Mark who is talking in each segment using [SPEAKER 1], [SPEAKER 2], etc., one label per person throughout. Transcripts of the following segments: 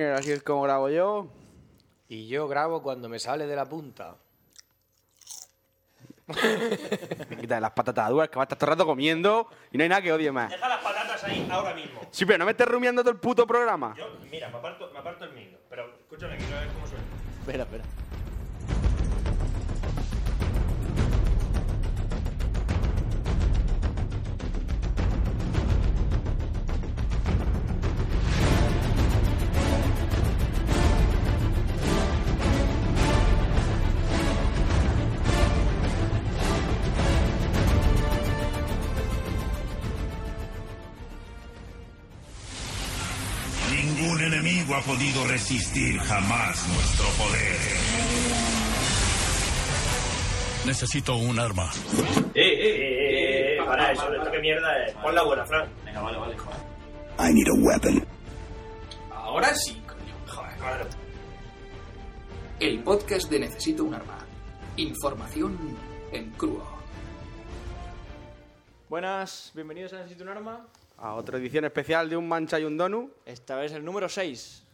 [SPEAKER 1] Eh, Así es como grabo yo.
[SPEAKER 2] Y yo grabo cuando me sale de la punta.
[SPEAKER 1] Me quitan las patatas duras que va a estar todo el rato comiendo y no hay nada que odie más.
[SPEAKER 3] Deja las patatas ahí ahora mismo.
[SPEAKER 1] Sí, pero no me estés rumiando todo el puto programa.
[SPEAKER 3] Yo, mira, me aparto, me aparto el micro. Pero escúchame, quiero ver cómo suena.
[SPEAKER 2] Espera, espera.
[SPEAKER 4] Ningún enemigo ha podido resistir jamás nuestro poder. Necesito un arma.
[SPEAKER 3] Eh, eh, eh, eh, eh, para eso, esto que mierda es. Pon la buena, Fran. Venga, vale, vale, joder.
[SPEAKER 4] I need a weapon.
[SPEAKER 5] Ahora sí, coño.
[SPEAKER 3] Joder, madre.
[SPEAKER 5] El podcast de Necesito un Arma. Información en crudo.
[SPEAKER 6] Buenas, bienvenidos a Necesito un Arma.
[SPEAKER 1] A otra edición especial de un mancha y un donut.
[SPEAKER 6] Esta vez el número 6.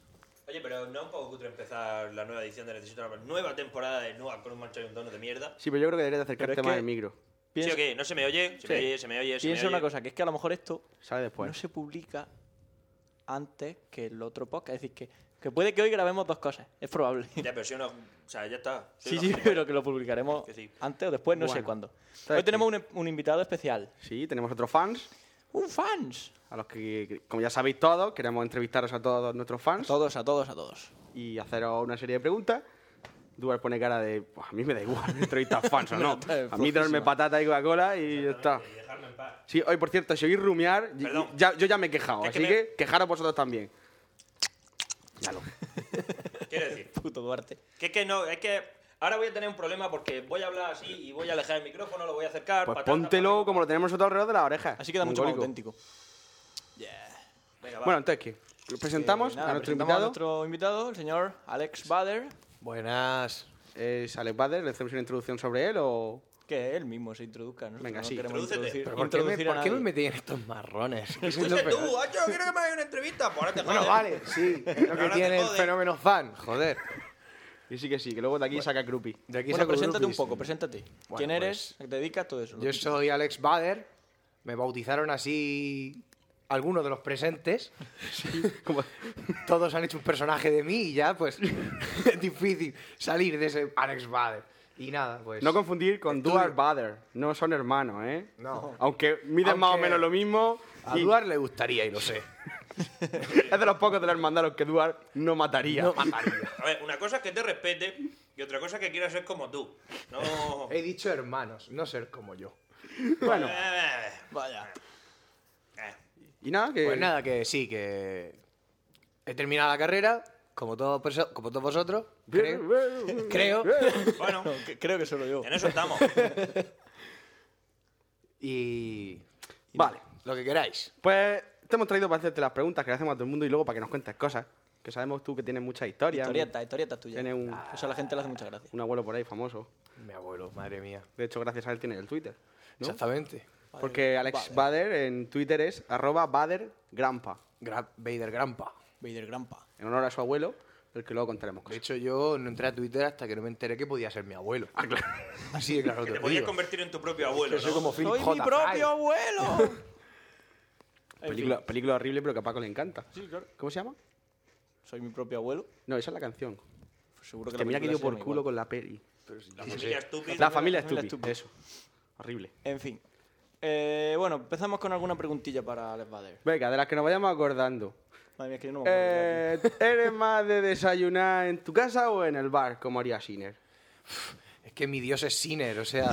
[SPEAKER 3] Oye, pero no es un poco cutre empezar la nueva edición de Necesito una nueva temporada de Nueva con un mancha y un dono de mierda.
[SPEAKER 1] Sí, pero yo creo que deberías de acercarte
[SPEAKER 6] Pero es
[SPEAKER 1] más
[SPEAKER 6] que-
[SPEAKER 1] al micro.
[SPEAKER 3] ¿Sí o qué? ¿No se me oye? Se me
[SPEAKER 6] Sí.
[SPEAKER 3] oye, se me oye, se me
[SPEAKER 6] Piensa
[SPEAKER 3] oye.
[SPEAKER 6] una cosa, que es que a lo mejor esto
[SPEAKER 1] Sale después.
[SPEAKER 6] no se publica antes que el otro podcast. Es decir, que, que puede que hoy grabemos dos cosas. Es probable.
[SPEAKER 3] Ya, pero si uno... O sea, ya está. Soy
[SPEAKER 6] Sí,
[SPEAKER 3] una
[SPEAKER 6] sí,
[SPEAKER 3] gilipollas.
[SPEAKER 6] pero que lo publicaremos
[SPEAKER 3] Que sí.
[SPEAKER 6] antes o después, no sé
[SPEAKER 1] Bueno.
[SPEAKER 6] cuándo.
[SPEAKER 1] Está
[SPEAKER 6] Hoy
[SPEAKER 1] hecho.
[SPEAKER 6] tenemos un, un invitado especial.
[SPEAKER 1] Sí, tenemos otros fans,
[SPEAKER 6] ¡Un fans!
[SPEAKER 1] a los que, como ya sabéis todos, queremos entrevistaros a todos nuestros fans
[SPEAKER 6] Todos, a todos, a todos.
[SPEAKER 1] y haceros una serie de preguntas. Dual pone cara de, "Pues a mí me da igual entrevistar fans o no.
[SPEAKER 6] está
[SPEAKER 1] A mí traerme
[SPEAKER 6] flojísima.
[SPEAKER 1] patata y Coca-Cola y ya está.
[SPEAKER 3] Y dejarme en paz.
[SPEAKER 1] Sí, hoy, por cierto, si oís rumiar, y-
[SPEAKER 3] Perdón.
[SPEAKER 1] y- ya- yo ya me he quejado,
[SPEAKER 3] Es
[SPEAKER 1] así
[SPEAKER 3] que
[SPEAKER 1] que,
[SPEAKER 3] me-
[SPEAKER 1] quejaros vosotros también. Ya lo- pues
[SPEAKER 3] Quiero decir,
[SPEAKER 6] Puto Duarte.
[SPEAKER 3] que es que no, es que... Ahora voy a tener un problema porque voy a hablar así y voy a alejar el micrófono, lo voy a acercar...
[SPEAKER 1] Pues
[SPEAKER 3] patata,
[SPEAKER 1] póntelo
[SPEAKER 3] patata.
[SPEAKER 1] como lo tenemos nosotros alrededor de las orejas.
[SPEAKER 6] Así queda mucho más
[SPEAKER 1] mongólico.
[SPEAKER 6] auténtico.
[SPEAKER 3] Venga, va.
[SPEAKER 1] Bueno, entonces, ¿qué? Lo Presentamos
[SPEAKER 6] Eh, nada,
[SPEAKER 1] a nuestro
[SPEAKER 6] presentamos
[SPEAKER 1] invitado.
[SPEAKER 6] a nuestro invitado, el señor Alex Bader,
[SPEAKER 2] Buenas.
[SPEAKER 1] Eh, Es Alex Bader, ¿le hacemos una introducción sobre él o...?
[SPEAKER 6] que él mismo se introduzca. Nosotros
[SPEAKER 1] Venga,
[SPEAKER 6] no
[SPEAKER 1] sí,
[SPEAKER 6] queremos
[SPEAKER 3] introdúcete.
[SPEAKER 6] introducir,
[SPEAKER 2] ¿Por qué, me,
[SPEAKER 6] introducir a
[SPEAKER 2] por qué me
[SPEAKER 6] nadie.
[SPEAKER 2] metí en estos marrones? ¿Qué es
[SPEAKER 3] Escucha
[SPEAKER 2] lo
[SPEAKER 3] tú,
[SPEAKER 2] peor?
[SPEAKER 3] Acho, quiero que me hagas una entrevista. Pues ahora te
[SPEAKER 2] Bueno,
[SPEAKER 3] jodes.
[SPEAKER 2] vale, sí. es lo que
[SPEAKER 3] Ahora te
[SPEAKER 2] tiene el
[SPEAKER 3] jode.
[SPEAKER 2] fenómeno fan. Joder.
[SPEAKER 1] Y sí que sí, que luego de aquí saca Krupi.
[SPEAKER 2] De aquí
[SPEAKER 6] Bueno,
[SPEAKER 2] saco
[SPEAKER 6] preséntate un
[SPEAKER 2] groupies.
[SPEAKER 6] poco, preséntate. ¿Quién
[SPEAKER 2] pues,
[SPEAKER 6] eres? ¿A qué te dedicas? Todo eso.
[SPEAKER 2] Yo soy Alex Bader. Me bautizaron así algunos de los presentes.
[SPEAKER 1] Como-
[SPEAKER 2] Todos han hecho un personaje de mí y ya, pues, es difícil salir de ese Alex Bader. Y nada, pues...
[SPEAKER 1] No confundir con
[SPEAKER 2] Estudio.
[SPEAKER 1] Duar Bader. No son hermanos, ¿eh?
[SPEAKER 2] No.
[SPEAKER 1] Aunque miden más o
[SPEAKER 2] Aunque-
[SPEAKER 1] menos lo mismo.
[SPEAKER 2] A
[SPEAKER 1] y
[SPEAKER 2] Duar le gustaría y lo sé.
[SPEAKER 1] Es de los pocos de la hermandad a los que Duar no mataría.
[SPEAKER 2] No mataría.
[SPEAKER 3] A ver, una cosa es que te respete y otra cosa es que quieras ser como tú. No.
[SPEAKER 2] He dicho hermanos, no ser como yo.
[SPEAKER 1] bueno,
[SPEAKER 3] Eh,
[SPEAKER 6] Vaya.
[SPEAKER 3] eh.
[SPEAKER 1] y nada, que...
[SPEAKER 2] Pues nada, que sí, que he terminado la carrera, como todos, perso- como todos vosotros, creo. creo.
[SPEAKER 3] Bueno,
[SPEAKER 6] Que- Creo que solo yo.
[SPEAKER 3] en eso estamos.
[SPEAKER 2] Y... y
[SPEAKER 1] Vale.
[SPEAKER 2] nada, Lo que queráis.
[SPEAKER 1] Pues te hemos traído para hacerte las preguntas que le hacemos a todo el mundo y luego para que nos cuentes cosas. Que sabemos tú que tienes mucha historia.
[SPEAKER 6] Historieta, historieta tuya.
[SPEAKER 1] Tiene un-
[SPEAKER 6] Eso a la gente le hace mucha gracia.
[SPEAKER 1] Un abuelo por ahí famoso.
[SPEAKER 2] Mi abuelo, madre mía.
[SPEAKER 1] De hecho, gracias a él tiene el Twitter. ¿no?
[SPEAKER 2] Exactamente.
[SPEAKER 1] Porque Alex Bader en Twitter es arroba Bader Grampa.
[SPEAKER 2] Gra- Vader Grampa.
[SPEAKER 6] Vader Grampa.
[SPEAKER 1] En honor a su abuelo, el que luego contaremos
[SPEAKER 2] De
[SPEAKER 1] cosas.
[SPEAKER 2] hecho, yo no entré a Twitter hasta que no me enteré que podía ser mi abuelo. Así de claro
[SPEAKER 3] Ah, Que
[SPEAKER 2] te
[SPEAKER 3] te
[SPEAKER 2] lo
[SPEAKER 3] podías
[SPEAKER 2] digo.
[SPEAKER 3] convertir en tu propio abuelo,
[SPEAKER 2] Soy
[SPEAKER 3] ¿no?
[SPEAKER 2] como Philip
[SPEAKER 6] ¡Soy
[SPEAKER 2] J.
[SPEAKER 6] mi
[SPEAKER 2] Fry.
[SPEAKER 6] propio abuelo! En
[SPEAKER 1] Película,
[SPEAKER 6] fin,
[SPEAKER 1] película horrible, pero que a Paco le encanta.
[SPEAKER 6] Sí, claro.
[SPEAKER 1] ¿Cómo se llama?
[SPEAKER 6] Soy mi propio abuelo.
[SPEAKER 1] No, esa es la canción.
[SPEAKER 6] Pues seguro que
[SPEAKER 1] Que
[SPEAKER 6] la
[SPEAKER 1] mira que dio
[SPEAKER 6] película
[SPEAKER 1] por
[SPEAKER 6] se llama
[SPEAKER 1] culo
[SPEAKER 6] igual.
[SPEAKER 1] con la peli.
[SPEAKER 3] La familia estúpida.
[SPEAKER 1] La familia
[SPEAKER 6] familia
[SPEAKER 1] estúpida. Eso. Horrible.
[SPEAKER 6] En fin. Eh, bueno, empezamos con alguna preguntilla para Alex Bader.
[SPEAKER 1] Venga, de las que nos vayamos acordando.
[SPEAKER 6] Madre mía, es que yo no me acuerdo. de
[SPEAKER 1] Eh, ¿Eres más de desayunar en tu casa o en el bar, como haría Sinner?
[SPEAKER 2] Es que mi dios es Sinner, o sea,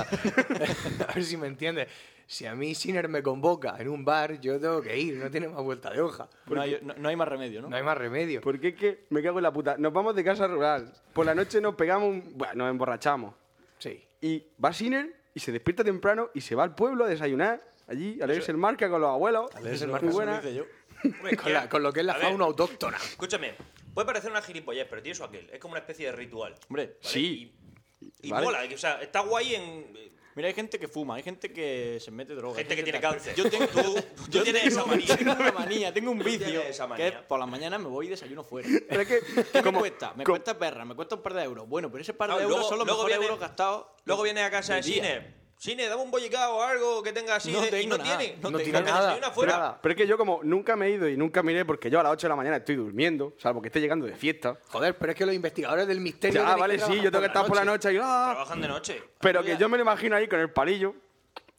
[SPEAKER 2] a ver si me entiendes. Si a mí Sinner me convoca en un bar, yo tengo que ir, no tiene más vuelta de hoja.
[SPEAKER 6] aquí. no, hay, no- no hay más remedio, ¿no?
[SPEAKER 2] No hay más remedio.
[SPEAKER 3] Pues
[SPEAKER 1] Porque es que me cago en la puta. Nos vamos de casa rural. Por la noche nos pegamos un... Bueno, nos emborrachamos.
[SPEAKER 2] Sí.
[SPEAKER 1] Y va Sinner y se despierta temprano y se va al pueblo a desayunar. Allí, a leerse el marca con los abuelos.
[SPEAKER 2] leerse el
[SPEAKER 1] Muy
[SPEAKER 2] marca, eso
[SPEAKER 1] buena.
[SPEAKER 6] Lo hice yo.
[SPEAKER 3] Hombre,
[SPEAKER 2] Con, la- con lo que es la
[SPEAKER 3] a ver,
[SPEAKER 2] fauna autóctona.
[SPEAKER 3] Escúchame, puede parecer una gilipollez, pero tiene su aquel. Es como una especie de ritual.
[SPEAKER 6] Hombre,
[SPEAKER 3] ¿vale?
[SPEAKER 1] sí.
[SPEAKER 3] Y, y
[SPEAKER 1] Vale.
[SPEAKER 3] mola, o sea, está guay en.
[SPEAKER 6] Mira, hay gente que fuma, hay gente que se mete droga. hay
[SPEAKER 3] Gente que tiene
[SPEAKER 6] tal.
[SPEAKER 3] cáncer.
[SPEAKER 6] Yo tengo,
[SPEAKER 3] Tú- tú tienes esa manía.
[SPEAKER 6] Tengo una manía, tengo un
[SPEAKER 3] Tú
[SPEAKER 6] vicio.
[SPEAKER 3] tienes esa
[SPEAKER 6] Que es,
[SPEAKER 3] manía.
[SPEAKER 6] por las mañanas me voy y desayuno fuera.
[SPEAKER 1] Pero es que,
[SPEAKER 6] ¿Qué me
[SPEAKER 1] como-
[SPEAKER 6] cuesta? Me
[SPEAKER 1] co-
[SPEAKER 6] cuesta perra, me cuesta un par de euros. Bueno, pero ese par de
[SPEAKER 3] Ah,
[SPEAKER 6] euros
[SPEAKER 3] luego-
[SPEAKER 6] son los
[SPEAKER 3] luego
[SPEAKER 6] mejores
[SPEAKER 3] viene-
[SPEAKER 6] euros gastados.
[SPEAKER 3] Luego vienes a casa de
[SPEAKER 6] del día.
[SPEAKER 3] cine. Cine, dame un bollicao o algo que tenga así.
[SPEAKER 6] No
[SPEAKER 3] de- y
[SPEAKER 6] tengo
[SPEAKER 3] no
[SPEAKER 6] nada,
[SPEAKER 3] tiene.
[SPEAKER 6] no
[SPEAKER 3] porque
[SPEAKER 6] tengo
[SPEAKER 3] te
[SPEAKER 2] nada,
[SPEAKER 3] desayuna fuera.
[SPEAKER 2] nada.
[SPEAKER 1] Pero es que yo como nunca me he ido y nunca me iré porque yo a las 8 de la mañana estoy durmiendo, salvo que esté llegando de fiesta.
[SPEAKER 2] Joder, pero es que los investigadores del misterio.
[SPEAKER 1] Ya,
[SPEAKER 2] tienen que
[SPEAKER 1] vale, sí,
[SPEAKER 2] trabajar
[SPEAKER 1] yo tengo que estar por la noche y... ¡ah!
[SPEAKER 3] Trabajan de noche.
[SPEAKER 1] Pero que yo me lo imagino ahí con el palillo,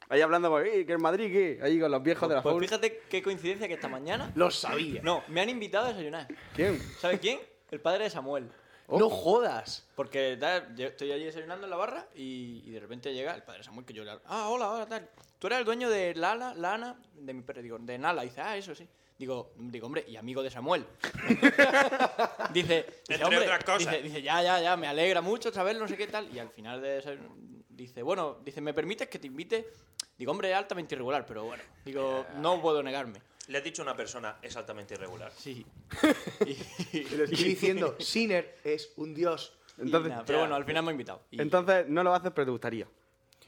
[SPEAKER 1] ahí hablando con... "Eh, que en Madrid, ¿qué? Ahí con los viejos de la
[SPEAKER 6] Pues
[SPEAKER 1] fauna.
[SPEAKER 6] fíjate qué coincidencia que esta mañana
[SPEAKER 2] Lo sabía.
[SPEAKER 3] No.
[SPEAKER 6] me han invitado a desayunar.
[SPEAKER 1] ¿Quién?
[SPEAKER 6] ¿Sabes quién? El padre de Samuel.
[SPEAKER 2] No jodas.
[SPEAKER 6] Porque tal, yo estoy allí desayunando en la barra y, y de repente llega el padre Samuel que yo le hablo. Ah, hola, hola, tal. Tú eres el dueño de Lana, Lana, de mi perro. Digo, de Nala. Dice, ah, eso sí. Digo, digo, hombre, y amigo de Samuel. dice, dice,
[SPEAKER 3] Entre
[SPEAKER 6] hombre,
[SPEAKER 3] otras cosas.
[SPEAKER 6] Dice, dice, ya, ya, ya, me alegra mucho saberlo, no sé qué tal. Y al final de ese- dice, bueno, dice, ¿me permites que te invite? Digo, hombre, es altamente irregular, pero bueno. Digo, no puedo negarme.
[SPEAKER 3] Le has dicho a una persona exactamente irregular.
[SPEAKER 6] Sí. Y- y-
[SPEAKER 2] Te lo estoy diciendo, Sinner es un dios.
[SPEAKER 1] Entonces,
[SPEAKER 6] nada, pero bueno, al final me ha invitado. Y
[SPEAKER 1] entonces no lo haces, pero te gustaría.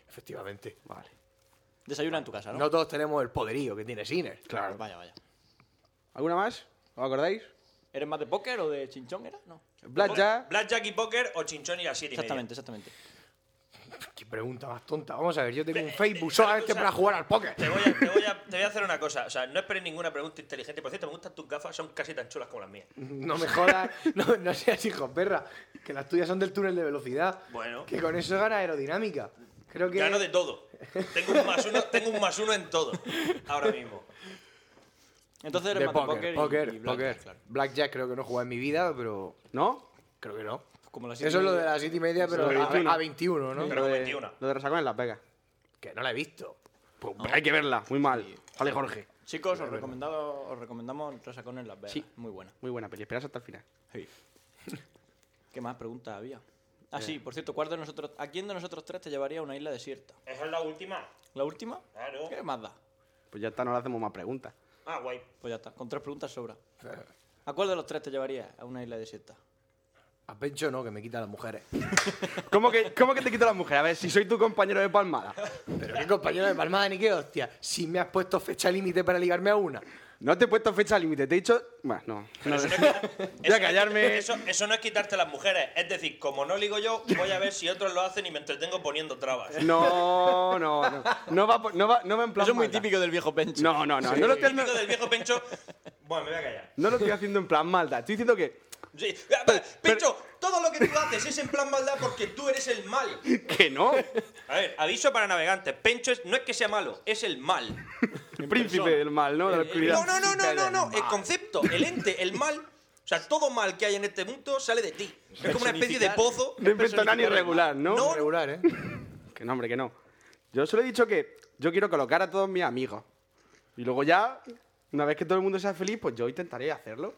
[SPEAKER 2] Efectivamente.
[SPEAKER 1] Vale.
[SPEAKER 6] desayuna en tu casa, ¿no?
[SPEAKER 2] No todos tenemos el poderío que tiene Sinner.
[SPEAKER 1] Claro.
[SPEAKER 6] Vaya, vaya.
[SPEAKER 1] ¿Alguna más? ¿Os acordáis?
[SPEAKER 6] ¿Eres más de póker o de chinchón era? No.
[SPEAKER 1] Blackjack.
[SPEAKER 3] Blackjack y Poker o Chinchón y la City.
[SPEAKER 6] Exactamente, exactamente.
[SPEAKER 2] Qué pregunta más tonta. Vamos a ver, yo tengo un Facebook solamente para jugar al póker.
[SPEAKER 3] Te voy, a, te, voy a, te voy a hacer una cosa, o sea, no esperes ninguna pregunta inteligente. Por cierto, me gustan tus gafas, son casi tan chulas como las mías.
[SPEAKER 2] No me jodas, no, no seas hijo perra. Que las tuyas son del túnel de velocidad.
[SPEAKER 3] Bueno.
[SPEAKER 2] Que con eso gana aerodinámica. Creo que.
[SPEAKER 3] Gano de todo. Tengo un más uno, tengo un más uno en todo. Ahora mismo.
[SPEAKER 6] Entonces eres
[SPEAKER 2] de
[SPEAKER 6] más
[SPEAKER 2] póker,
[SPEAKER 6] de
[SPEAKER 2] póker,
[SPEAKER 6] póker, y- y blackjack,
[SPEAKER 2] póker.
[SPEAKER 6] claro.
[SPEAKER 2] Blackjack creo que no he jugado en mi vida, pero
[SPEAKER 1] ¿No?
[SPEAKER 2] creo que no.
[SPEAKER 6] Como las siete
[SPEAKER 2] Eso es
[SPEAKER 6] y
[SPEAKER 2] lo de
[SPEAKER 6] media.
[SPEAKER 2] las siete y media, pero
[SPEAKER 1] Sobre
[SPEAKER 2] a,
[SPEAKER 1] 21.
[SPEAKER 2] a 21, ¿no?
[SPEAKER 3] Pero con
[SPEAKER 1] lo de,
[SPEAKER 3] 21.
[SPEAKER 1] Lo de Resacón en Las Vegas.
[SPEAKER 2] Que no la he visto.
[SPEAKER 1] Pues hay que verla, muy mal. Vale, Jorge.
[SPEAKER 6] Chicos, os, recomendado, os recomendamos Resacón en Las Vegas.
[SPEAKER 1] Sí.
[SPEAKER 6] Muy buena.
[SPEAKER 1] Muy buena peli, esperas hasta el final.
[SPEAKER 6] ¿Qué más preguntas había? Ah, sí, por cierto, ¿cuál de nosotros, ¿a quién de nosotros tres te llevaría a una isla desierta?
[SPEAKER 3] Esa es la última.
[SPEAKER 6] ¿La última?
[SPEAKER 3] Claro.
[SPEAKER 6] ¿Qué más da?
[SPEAKER 1] Pues ya está, no le hacemos más preguntas.
[SPEAKER 3] Ah, guay.
[SPEAKER 6] Pues ya está, con tres preguntas sobra. ¿A cuál de los tres te llevaría a una isla desierta?
[SPEAKER 2] A Pencho no, que me quita a las mujeres.
[SPEAKER 1] ¿Cómo que, cómo que te quito las mujeres? A ver, si soy tu compañero de palmada.
[SPEAKER 2] Pero qué compañero de palmada ni qué hostia. Si me has puesto fecha límite para ligarme a una.
[SPEAKER 1] No te he puesto fecha límite, te he dicho... Bueno, no.
[SPEAKER 3] Pero eso no es quitar-
[SPEAKER 1] Voy a
[SPEAKER 3] eso no es
[SPEAKER 1] callarme.
[SPEAKER 3] quitar- Eso, eso no es quitarte a las mujeres. Es decir, como no ligo yo, voy a ver si otros lo hacen y me entretengo poniendo trabas.
[SPEAKER 1] No, no, no. No va, por- no va, no va en plan
[SPEAKER 6] Eso es muy
[SPEAKER 1] maldad.
[SPEAKER 6] típico del viejo Pencho.
[SPEAKER 1] No, no, no. No, lo estoy,
[SPEAKER 3] Típico del viejo Pencho. Bueno, me voy a callar.
[SPEAKER 1] no lo estoy haciendo en plan maldad. Estoy diciendo que...
[SPEAKER 3] Sí. Ah, va, Pencho, todo lo que tú haces es en plan maldad porque tú eres el mal.
[SPEAKER 1] Que no.
[SPEAKER 3] A ver, aviso para navegantes. Pencho es- no es que sea malo, es el mal.
[SPEAKER 1] Príncipe del mal, ¿no? De la oscuridad.
[SPEAKER 3] Eh, No, no, no, no, no, no. El concepto, el ente, el mal. O sea, todo mal que hay en este mundo sale de ti. Es como una especie de pozo.
[SPEAKER 1] No invento nada ni regular, ¿no?
[SPEAKER 3] No.
[SPEAKER 2] Regular, ¿eh?
[SPEAKER 1] Que no, hombre, que no. Yo solo he dicho que yo quiero colocar a todos mis amigos. Y luego ya, una vez que todo el mundo sea feliz, pues yo intentaré hacerlo.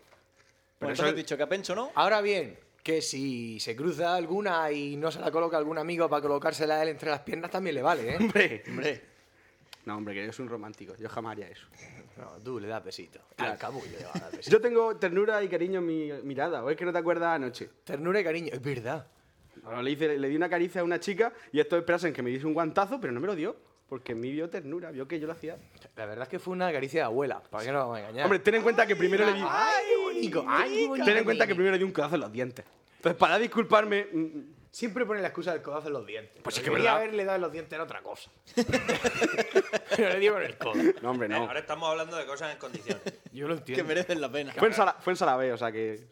[SPEAKER 6] Bueno,
[SPEAKER 1] Pero
[SPEAKER 6] entonces
[SPEAKER 1] eso-
[SPEAKER 6] has dicho que a Pencho no.
[SPEAKER 2] Ahora bien, que si se cruza alguna y no se la coloca algún amigo para colocársela a él entre las piernas, también le vale, ¿eh?
[SPEAKER 1] Hombre.
[SPEAKER 6] Hombre,
[SPEAKER 1] No, hombre, que yo soy un romántico. Yo jamás haría eso.
[SPEAKER 2] No, tú le das besito. Al cabullo le vas a dar besito.
[SPEAKER 1] Yo tengo ternura y cariño en mi mirada. O es que no te acuerdas anoche.
[SPEAKER 2] Ternura y cariño, es verdad.
[SPEAKER 1] Ahora le, hice- le di una caricia a una chica y esto esperasen que me diese un guantazo, pero no me lo dio. Porque en mí vio ternura, vio que yo lo hacía.
[SPEAKER 2] La verdad es que fue una caricia de abuela, para que no vamos a engañar.
[SPEAKER 1] Hombre, ten en cuenta que primero le di.
[SPEAKER 2] ay, qué bonito, ay, qué bonito.
[SPEAKER 1] Ten en cuenta que primero le di un codazo en los dientes. Entonces, para disculparme, mm,
[SPEAKER 2] Siempre pone la excusa del codazo en los dientes.
[SPEAKER 1] Pues
[SPEAKER 2] Pero
[SPEAKER 1] es que
[SPEAKER 2] debería
[SPEAKER 1] verdad.
[SPEAKER 2] haberle dado en los dientes en otra cosa. Pero le digo en el codo.
[SPEAKER 1] No, hombre,
[SPEAKER 3] Eh,
[SPEAKER 1] no.
[SPEAKER 3] Ahora estamos hablando de cosas en condiciones.
[SPEAKER 2] Yo lo
[SPEAKER 6] que
[SPEAKER 2] entiendo.
[SPEAKER 6] merecen la pena.
[SPEAKER 1] Fue en, Sala- fue en Salabé, o sea que.